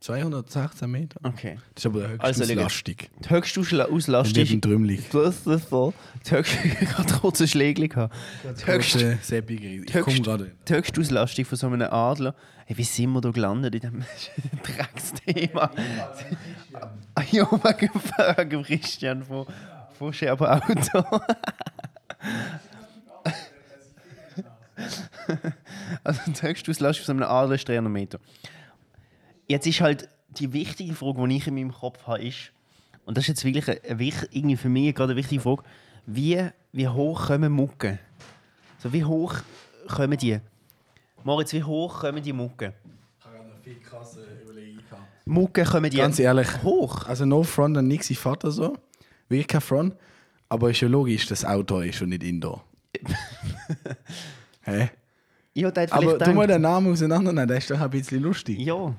[SPEAKER 1] 216 Meter.
[SPEAKER 2] Okay.
[SPEAKER 1] Das ist aber höchst
[SPEAKER 2] Also,
[SPEAKER 1] also,
[SPEAKER 2] liegen.
[SPEAKER 1] lastig.
[SPEAKER 2] Die höchste Ausla-
[SPEAKER 1] Neben
[SPEAKER 2] Auslastung.
[SPEAKER 1] Trümmelig.
[SPEAKER 2] Das ist so. Die höchste. Ich hatte kurz einen Schlägel. gehabt. Die höchste,
[SPEAKER 1] Kurze, Seppi Grise. äh, Ich
[SPEAKER 2] Höchst-
[SPEAKER 1] komme gerade.
[SPEAKER 2] die höchste Auslastung von so einem Adler. Hey, wie sind wir da gelandet in diesem Drecksthema? Ah, ja, wegen wegen Christian von, von Scherber Auto. also die höchste Auslastung von so einem Adler ist 300 Meter. Jetzt ist halt die wichtige Frage, die ich in meinem Kopf habe, ist, und das ist jetzt wirklich eine, eine, wich- irgendwie für mich gerade eine wichtige Frage, wie, wie hoch kommen Mucken? So, wie hoch kommen die? Moritz, wie hoch kommen die Mucken?
[SPEAKER 1] Ich habe eine viel krasse Überlegung gehabt.
[SPEAKER 2] Mucken kommen die
[SPEAKER 1] Ganz ehrlich.
[SPEAKER 2] hoch?
[SPEAKER 1] Also no front an nix, ich Vater so. Wirklich kein Front. Aber ist ja logisch, das Auto ist und nicht Indoor. Hä?
[SPEAKER 2] Ich hätte vielleicht
[SPEAKER 1] Aber tu
[SPEAKER 2] gedacht,
[SPEAKER 1] mal den Namen auseinandernehmen, der ist doch ein bisschen lustig.
[SPEAKER 2] Ja,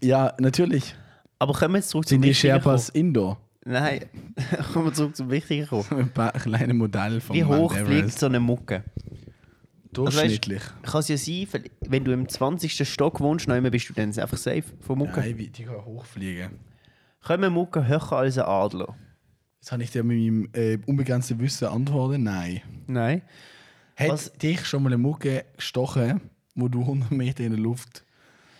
[SPEAKER 1] Ja, natürlich.
[SPEAKER 2] aber kommen wir jetzt zurück zum
[SPEAKER 1] Sind die
[SPEAKER 2] Wichtigen
[SPEAKER 1] Sherpas Indoor?
[SPEAKER 2] gekommen? Nein, kommen wir zurück zum Wichtigen gekommen.
[SPEAKER 1] Ein paar kleine Modelle von
[SPEAKER 2] Wie
[SPEAKER 1] Mount
[SPEAKER 2] hoch fliegt
[SPEAKER 1] Everest.
[SPEAKER 2] so eine Mucke? Also weißt-
[SPEAKER 1] Durchschnittlich.
[SPEAKER 2] Kann es ja sein, vielleicht- wenn du im 20. Stock wohnst, noch immer bist du dann einfach safe von Mucken.
[SPEAKER 1] Nein, wie- die kann hochfliegen.
[SPEAKER 2] Kommen Mucken höher als ein Adler?
[SPEAKER 1] Jetzt kann ich dir mit meinem äh, unbegrenzten Wissen antworten. Nein.
[SPEAKER 2] Nein.
[SPEAKER 1] Hat
[SPEAKER 2] Was-
[SPEAKER 1] dich schon mal eine Mucke gestochen, wo du 100 Meter in der Luft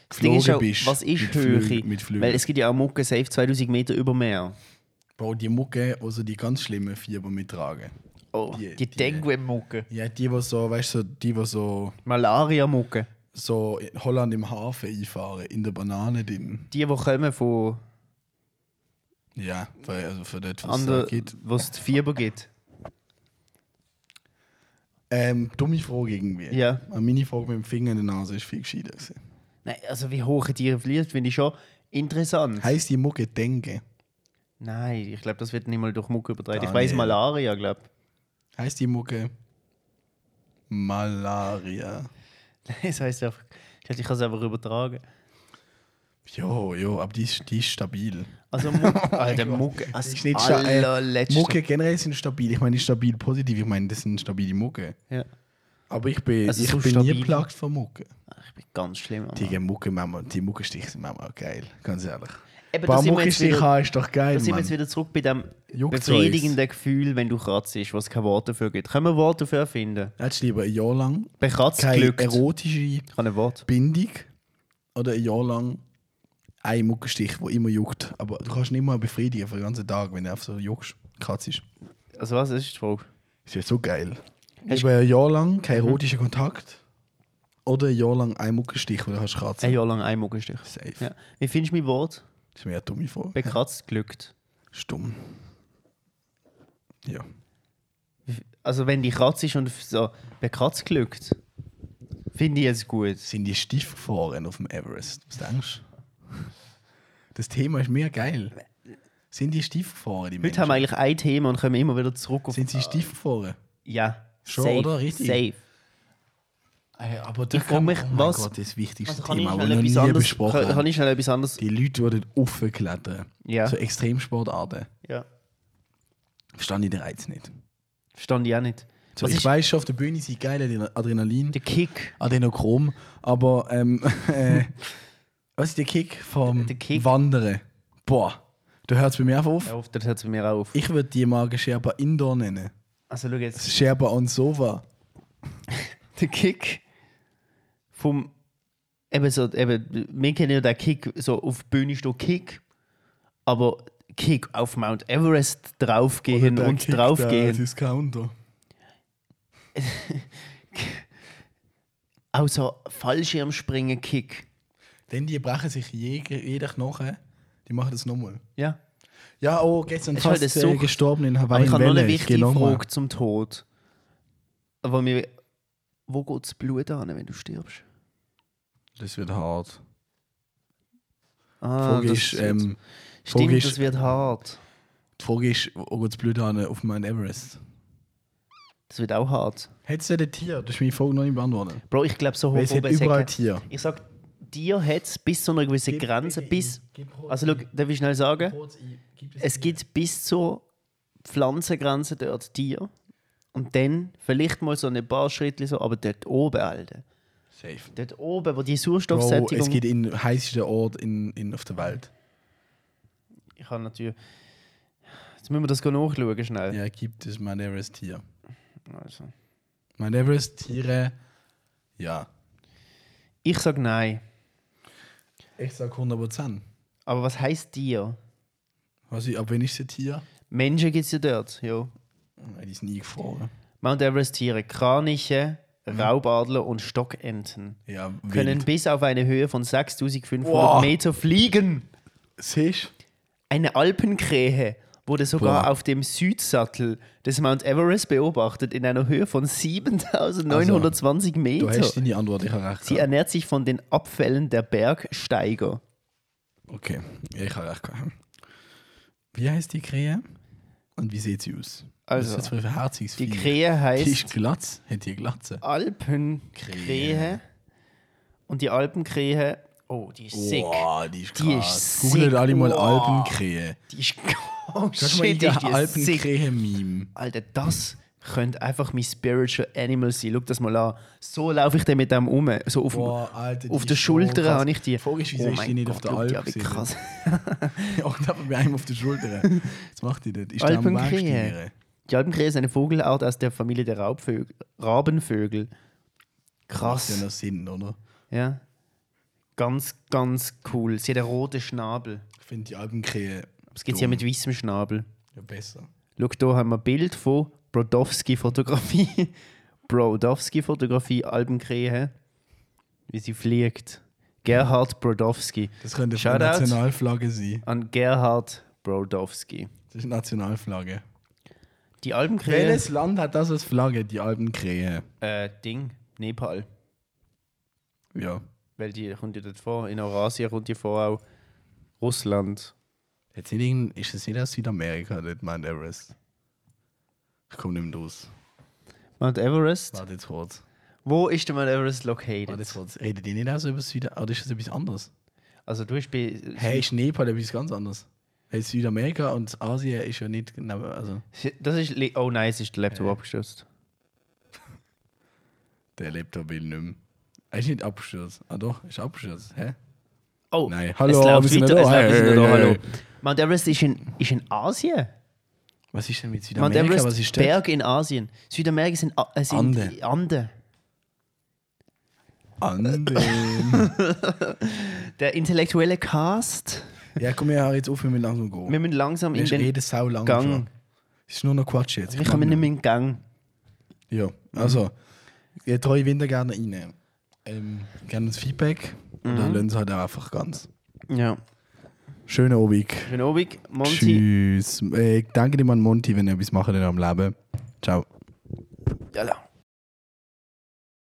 [SPEAKER 2] Das Ding
[SPEAKER 1] geflogen
[SPEAKER 2] ist ja,
[SPEAKER 1] bist?
[SPEAKER 2] was ist
[SPEAKER 1] mit Flügen-
[SPEAKER 2] Höhe?
[SPEAKER 1] Mit Flügen.
[SPEAKER 2] Weil es gibt ja auch Mucken safe 2000 Meter über Meer.
[SPEAKER 1] Bro, die Mucke, also die ganz schlimmen Fieber mittragen.
[SPEAKER 2] Oh,
[SPEAKER 1] Die-
[SPEAKER 2] die,
[SPEAKER 1] die-
[SPEAKER 2] Dengue-Mucke.
[SPEAKER 1] Ja, die, die so, weißt du, so- die, die so,
[SPEAKER 2] Malaria-Mucke.
[SPEAKER 1] so in Holland im Hafen einfahren, in der Banane drin.
[SPEAKER 2] Die, die kommen von
[SPEAKER 1] Ja, weil, also für das, was es da
[SPEAKER 2] anderen,
[SPEAKER 1] geht.
[SPEAKER 2] wo es die Fieber gibt.
[SPEAKER 1] Ähm, dumme Frage irgendwie.
[SPEAKER 2] Ja.
[SPEAKER 1] Eine Mini-Frage mit dem Finger in der Nase ist viel gescheiter. gewesen.
[SPEAKER 2] Nein, also wie hoch ein Tier fliegt, finde ich schon interessant.
[SPEAKER 1] Heißt die Mucke Dengue?
[SPEAKER 2] Nein, ich glaube, das wird nicht mal durch Mucke übertragen.
[SPEAKER 1] Ah,
[SPEAKER 2] Ich weiß
[SPEAKER 1] nee.
[SPEAKER 2] Malaria, glaube
[SPEAKER 1] Heißt die Mucke Malaria?
[SPEAKER 2] ich. Das heißt einfach, ich glaube, ich kann es einfach übertragen.
[SPEAKER 1] Jo, jo, aber die ist, die ist stabil.
[SPEAKER 2] Also Mucke, Alter, Mucke, als
[SPEAKER 1] Ist nicht sta- äh,
[SPEAKER 2] allerletzte.
[SPEAKER 1] Mucke generell sind stabil. Ich meine, die ist stabil positiv. Ich meine, das sind stabile Mucke.
[SPEAKER 2] Ja.
[SPEAKER 1] Aber ich bin,
[SPEAKER 2] Also
[SPEAKER 1] ich
[SPEAKER 2] so
[SPEAKER 1] bin nie
[SPEAKER 2] stabil.
[SPEAKER 1] geplagt von Mucke.
[SPEAKER 2] Ach, Ich bin ganz schlimm. Mann.
[SPEAKER 1] Die Mucke, Mama, die Muckenstiche sind manchmal auch geil, ganz ehrlich.
[SPEAKER 2] Eben,
[SPEAKER 1] Ein paar
[SPEAKER 2] da sind wir jetzt
[SPEAKER 1] Muckenstiche
[SPEAKER 2] wieder-
[SPEAKER 1] haben ist doch geil,
[SPEAKER 2] da sind wir jetzt
[SPEAKER 1] Mann.
[SPEAKER 2] wieder zurück bei dem
[SPEAKER 1] Juckt's
[SPEAKER 2] befriedigenden Gefühl, wenn du kratzt, wo es kein Wort dafür gibt. Können wir Wort dafür finden?
[SPEAKER 1] Hättest du lieber ein Jahr lang
[SPEAKER 2] Bei
[SPEAKER 1] keine
[SPEAKER 2] Kratzglück. Ich
[SPEAKER 1] erotische
[SPEAKER 2] habe ein Wort.
[SPEAKER 1] Bindung oder ein Jahr lang ein Muckenstich, der immer juckt. Aber du kannst nicht mal befriedigen für den ganzen Tag, wenn du einfach so juckst, kratzt.
[SPEAKER 2] Also was ist die Frage?
[SPEAKER 1] Ist ja so geil.
[SPEAKER 2] Hast-
[SPEAKER 1] Über ein Jahr lang kein
[SPEAKER 2] Mhm.
[SPEAKER 1] erotischer Kontakt oder ein Jahr lang ein Muckenstich, wo du kannst kratzen.
[SPEAKER 2] Ein Jahr lang ein Muckenstich.
[SPEAKER 1] Safe.
[SPEAKER 2] Ja. Wie findest du mein Wort?
[SPEAKER 1] Das ist mir eine dumme Frage.
[SPEAKER 2] Bekratzt glückt.
[SPEAKER 1] Stumm. Ja.
[SPEAKER 2] Also wenn die Katze ist und so bekratzt glückt, finde ich es gut.
[SPEAKER 1] Sind die steif gefahren auf dem Everest? Was denkst du? Das Thema ist mir geil. Sind die steif gefahren, die
[SPEAKER 2] Äh, Heute
[SPEAKER 1] Menschen?
[SPEAKER 2] haben wir eigentlich ein Thema und kommen immer wieder zurück auf...
[SPEAKER 1] Sind sie steif gefahren?
[SPEAKER 2] ja.
[SPEAKER 1] Schon,
[SPEAKER 2] safe,
[SPEAKER 1] oder? Richtig.
[SPEAKER 2] Safe.
[SPEAKER 1] Aber da
[SPEAKER 2] Ich frag mich,
[SPEAKER 1] oh mein
[SPEAKER 2] was-
[SPEAKER 1] Gott, das wichtigste
[SPEAKER 2] Also kann ich
[SPEAKER 1] Thema, das
[SPEAKER 2] schnell
[SPEAKER 1] wir noch
[SPEAKER 2] etwas
[SPEAKER 1] nie
[SPEAKER 2] anderes...
[SPEAKER 1] besprochen
[SPEAKER 2] Kann, kann
[SPEAKER 1] haben.
[SPEAKER 2] ich schnell etwas anderes...
[SPEAKER 1] Die Leute, die dort aufklettern,
[SPEAKER 2] Ja.
[SPEAKER 1] so Extremsportarten,
[SPEAKER 2] Ja.
[SPEAKER 1] verstand ich den Reiz nicht.
[SPEAKER 2] Verstand ich auch nicht.
[SPEAKER 1] So,
[SPEAKER 2] Was
[SPEAKER 1] ich
[SPEAKER 2] ist
[SPEAKER 1] weiß schon, auf der Bühne sind geile Adren- Adrenalin,
[SPEAKER 2] der Kick?
[SPEAKER 1] Adenochrom, aber ähm, äh, was ist der Kick vom
[SPEAKER 2] Der Kick.
[SPEAKER 1] Wandern? Boah, da hört es bei mir einfach auf.
[SPEAKER 2] Ja, auf, das hört es bei mir auch auf.
[SPEAKER 1] Ich würde die Marke Sherpa Indoor nennen.
[SPEAKER 2] Also schau jetzt.
[SPEAKER 1] Sherpa on Sofa.
[SPEAKER 2] Der Kick vom... Eben so, eben, wir kennen ja den Kick, so auf der Bühne steht Kick, aber Kick auf Mount Everest draufgehen
[SPEAKER 1] Der
[SPEAKER 2] und
[SPEAKER 1] Kick, Der
[SPEAKER 2] draufgehen.
[SPEAKER 1] Discounter.
[SPEAKER 2] Auch so Fallschirmspringen-Kick.
[SPEAKER 1] Denn die brechen sich je, jeder Knochen. Die machen das nochmal.
[SPEAKER 2] Ja.
[SPEAKER 1] Ja, oh, gestern
[SPEAKER 2] Ist
[SPEAKER 1] fast
[SPEAKER 2] halt eine
[SPEAKER 1] äh,
[SPEAKER 2] Sucht.
[SPEAKER 1] gestorben in Hawaii.
[SPEAKER 2] Aber ich habe noch
[SPEAKER 1] Welle.
[SPEAKER 2] eine
[SPEAKER 1] Ich geh
[SPEAKER 2] wichtige
[SPEAKER 1] noch mal.
[SPEAKER 2] Frage zum Tod. Aber mir, wo geht das Blut an, wenn du stirbst?
[SPEAKER 1] Das wird hart. Die
[SPEAKER 2] Ah,
[SPEAKER 1] Frage ist,
[SPEAKER 2] das,
[SPEAKER 1] ähm,
[SPEAKER 2] stimmt,
[SPEAKER 1] Frage ist-
[SPEAKER 2] das wird hart.
[SPEAKER 1] die Frage ist, oh wo geht's blöd an auf Mount Everest?
[SPEAKER 2] Das wird auch hart.
[SPEAKER 1] Hättest du ein Tier? Das ist meine Frage noch nicht beantwortet.
[SPEAKER 2] Bro, ich glaube, so hoch
[SPEAKER 1] Weil es hat
[SPEAKER 2] oben ist
[SPEAKER 1] überall
[SPEAKER 2] ja-
[SPEAKER 1] Tier.
[SPEAKER 2] Ich sag, dir hat es bis zu einer gewissen
[SPEAKER 1] Gib
[SPEAKER 2] Grenze,
[SPEAKER 1] bitte
[SPEAKER 2] bis.
[SPEAKER 1] ein. Gib kurz
[SPEAKER 2] Also, schau, darf ich schnell sagen?
[SPEAKER 1] Kurz, ich- gibt
[SPEAKER 2] Es gibt bis zur Pflanzengrenze dort Tier. und dann vielleicht mal so ein paar Schritte so, aber dort oben, Alter.
[SPEAKER 1] Safe.
[SPEAKER 2] Dort oben, wo die
[SPEAKER 1] Bro,
[SPEAKER 2] Sauerstoffsättigung...
[SPEAKER 1] es geht in den heißesten Ort in, in, auf der Welt.
[SPEAKER 2] ich habe natürlich... Jetzt müssen wir das nachschauen schnell.
[SPEAKER 1] Ja, gibt es Mount Everest Tier.
[SPEAKER 2] Also.
[SPEAKER 1] Mount Everest Tiere, ja.
[SPEAKER 2] Ich sage nein.
[SPEAKER 1] Ich sag 100%.
[SPEAKER 2] Aber was heißt Tier?
[SPEAKER 1] Was ich, ab wann ist es ein Tier?
[SPEAKER 2] Menschen gibt es ja dort, ja.
[SPEAKER 1] Nein, die ist nie gefroren.
[SPEAKER 2] Mount Everest-Tiere, Kraniche, Raubadler und Stockenten
[SPEAKER 1] Ja,
[SPEAKER 2] können
[SPEAKER 1] Mhm. wild.
[SPEAKER 2] bis auf eine Höhe von 6500
[SPEAKER 1] Wow.
[SPEAKER 2] Meter fliegen.
[SPEAKER 1] Siehst
[SPEAKER 2] Eine Alpenkrähe wurde sogar
[SPEAKER 1] Boah.
[SPEAKER 2] auf dem Südsattel des Mount Everest beobachtet, in einer Höhe von
[SPEAKER 1] Also, du?
[SPEAKER 2] 7920
[SPEAKER 1] Du
[SPEAKER 2] Meter.
[SPEAKER 1] hast deine Antwort, ich habe recht.
[SPEAKER 2] Sie
[SPEAKER 1] gehabt.
[SPEAKER 2] ernährt sich von den Abfällen der Bergsteiger.
[SPEAKER 1] Okay, ja, ich habe recht. gehabt. Wie heißt die Krähe? Und wie sieht sie aus?
[SPEAKER 2] Also,
[SPEAKER 1] Was ist das für ein herziges
[SPEAKER 2] Die
[SPEAKER 1] Vieh?
[SPEAKER 2] Krähe
[SPEAKER 1] Die ist
[SPEAKER 2] heißt Ah,
[SPEAKER 1] glatt. Hat die Glatze? Krähe.
[SPEAKER 2] Alpenkrähe. Und die Alpenkrähe, oh, die ist sick.
[SPEAKER 1] Boah, die ist krass.
[SPEAKER 2] Die
[SPEAKER 1] Die
[SPEAKER 2] ist
[SPEAKER 1] Googelt
[SPEAKER 2] sick,
[SPEAKER 1] alle mal
[SPEAKER 2] wow.
[SPEAKER 1] Alpenkrähe.
[SPEAKER 2] Die ist. Oh
[SPEAKER 1] Kannst du mal in
[SPEAKER 2] shit,
[SPEAKER 1] die
[SPEAKER 2] ist die sick.
[SPEAKER 1] Alpenkrähe-Meme?
[SPEAKER 2] Alter, das könnte einfach mein Spiritual Animal sein. Schau das mal an. So laufe ich dann mit dem um. So auf,
[SPEAKER 1] Boah, Alter, die
[SPEAKER 2] auf
[SPEAKER 1] ist
[SPEAKER 2] der
[SPEAKER 1] so
[SPEAKER 2] Schulter
[SPEAKER 1] krass.
[SPEAKER 2] habe ich die. Oh
[SPEAKER 1] Frage ist, wieso ist die
[SPEAKER 2] mein
[SPEAKER 1] nicht auf der
[SPEAKER 2] schau die
[SPEAKER 1] Alp
[SPEAKER 2] an, wie
[SPEAKER 1] gesehen?
[SPEAKER 2] krass.
[SPEAKER 1] Auch Oh, da bei einem auf der Schulter. Was macht die denn? Ist der am
[SPEAKER 2] Alpenkrähe.
[SPEAKER 1] Bergstiere?
[SPEAKER 2] Die Alpenkrähe ist eine Vogelart aus der Familie der Raubvögel, Rabenvögel.
[SPEAKER 1] Macht ja
[SPEAKER 2] Krass.
[SPEAKER 1] noch Sinn, oder?
[SPEAKER 2] Ja. Ganz, ganz cool. Sie hat einen roten Schnabel.
[SPEAKER 1] Ich finde die Alpenkrähe
[SPEAKER 2] Es gibt ja mit weißem Schnabel.
[SPEAKER 1] ja, besser.
[SPEAKER 2] Schau, hier haben wir ein Bild von Brodowski-Fotografie. Brodowski-Fotografie, Albenkrähe. Wie sie fliegt. Gerhard Brodowski.
[SPEAKER 1] Das könnte
[SPEAKER 2] Shoutout.
[SPEAKER 1] eine Nationalflagge sein.
[SPEAKER 2] An Gerhard Brodowski.
[SPEAKER 1] Das ist eine Nationalflagge.
[SPEAKER 2] Die Albenkrähe.
[SPEAKER 1] Welches Land hat das als Flagge, die Alpenkrähe?
[SPEAKER 2] Äh, Ding, Nepal.
[SPEAKER 1] Ja.
[SPEAKER 2] Weil die kommt ja dort vor. In Eurasien kommt die vor auch. Russland.
[SPEAKER 1] Jetzt nicht irgend- ist es nicht aus Südamerika, nicht Mount Everest. Ich komme nicht mehr raus.
[SPEAKER 2] Mount Everest.
[SPEAKER 1] Warte jetzt kurz.
[SPEAKER 2] Wo ist der Mount Everest
[SPEAKER 1] Warte
[SPEAKER 2] located?
[SPEAKER 1] jetzt kurz. Redet ihr nicht auch so über Südamerika? Oder ist das etwas anderes?
[SPEAKER 2] Also du bist bei...
[SPEAKER 1] Hey, ist Nepal etwas ganz anderes? Hey, Südamerika und Asien ist ja nicht. neben- Also,
[SPEAKER 2] Das ist... Le- Oh nein, es ist der Laptop abgestürzt.
[SPEAKER 1] der Laptop will nicht mehr. Er ist nicht abgestürzt. Ah doch, ist abgestürzt. Hä?
[SPEAKER 2] Oh,
[SPEAKER 1] Nein.
[SPEAKER 2] es
[SPEAKER 1] Hallo,
[SPEAKER 2] läuft
[SPEAKER 1] wir sind
[SPEAKER 2] weiter,
[SPEAKER 1] noch
[SPEAKER 2] es
[SPEAKER 1] da.
[SPEAKER 2] läuft, wir sind
[SPEAKER 1] Hey,
[SPEAKER 2] noch da,
[SPEAKER 1] hey,
[SPEAKER 2] hallo.
[SPEAKER 1] hey.
[SPEAKER 2] Mount Everest ist in, ist in Asien.
[SPEAKER 1] Was ist denn mit
[SPEAKER 2] Mount
[SPEAKER 1] Südamerika?
[SPEAKER 2] Everest
[SPEAKER 1] Was
[SPEAKER 2] ist
[SPEAKER 1] ist
[SPEAKER 2] Berg in Asien. Südamerika sind, A- äh, sind
[SPEAKER 1] Anden.
[SPEAKER 2] die Anden.
[SPEAKER 1] Anden.
[SPEAKER 2] Der intellektuelle Cast.
[SPEAKER 1] ja, komm, wir hören jetzt auf, wir müssen langsam gehen.
[SPEAKER 2] Wir müssen langsam
[SPEAKER 1] Mir
[SPEAKER 2] in
[SPEAKER 1] ist eh
[SPEAKER 2] den
[SPEAKER 1] jede Sau lang
[SPEAKER 2] Gang.
[SPEAKER 1] schon. Es ist nur noch Quatsch jetzt.
[SPEAKER 2] Wir
[SPEAKER 1] Ich
[SPEAKER 2] kommen
[SPEAKER 1] kann
[SPEAKER 2] nicht mehr in den Gang.
[SPEAKER 1] Ja, also, ihr treue Winter gerne rein. Ähm, gerne das Feedback. Und dann lassen sie halt auch einfach ganz.
[SPEAKER 2] Ja.
[SPEAKER 1] Schönen Abend.
[SPEAKER 2] Schönen Abend, Monty.
[SPEAKER 1] Tschüss. Äh, danke dir an Monty, wenn ihr etwas macht in eurem Leben. Ciao.
[SPEAKER 2] Yalla.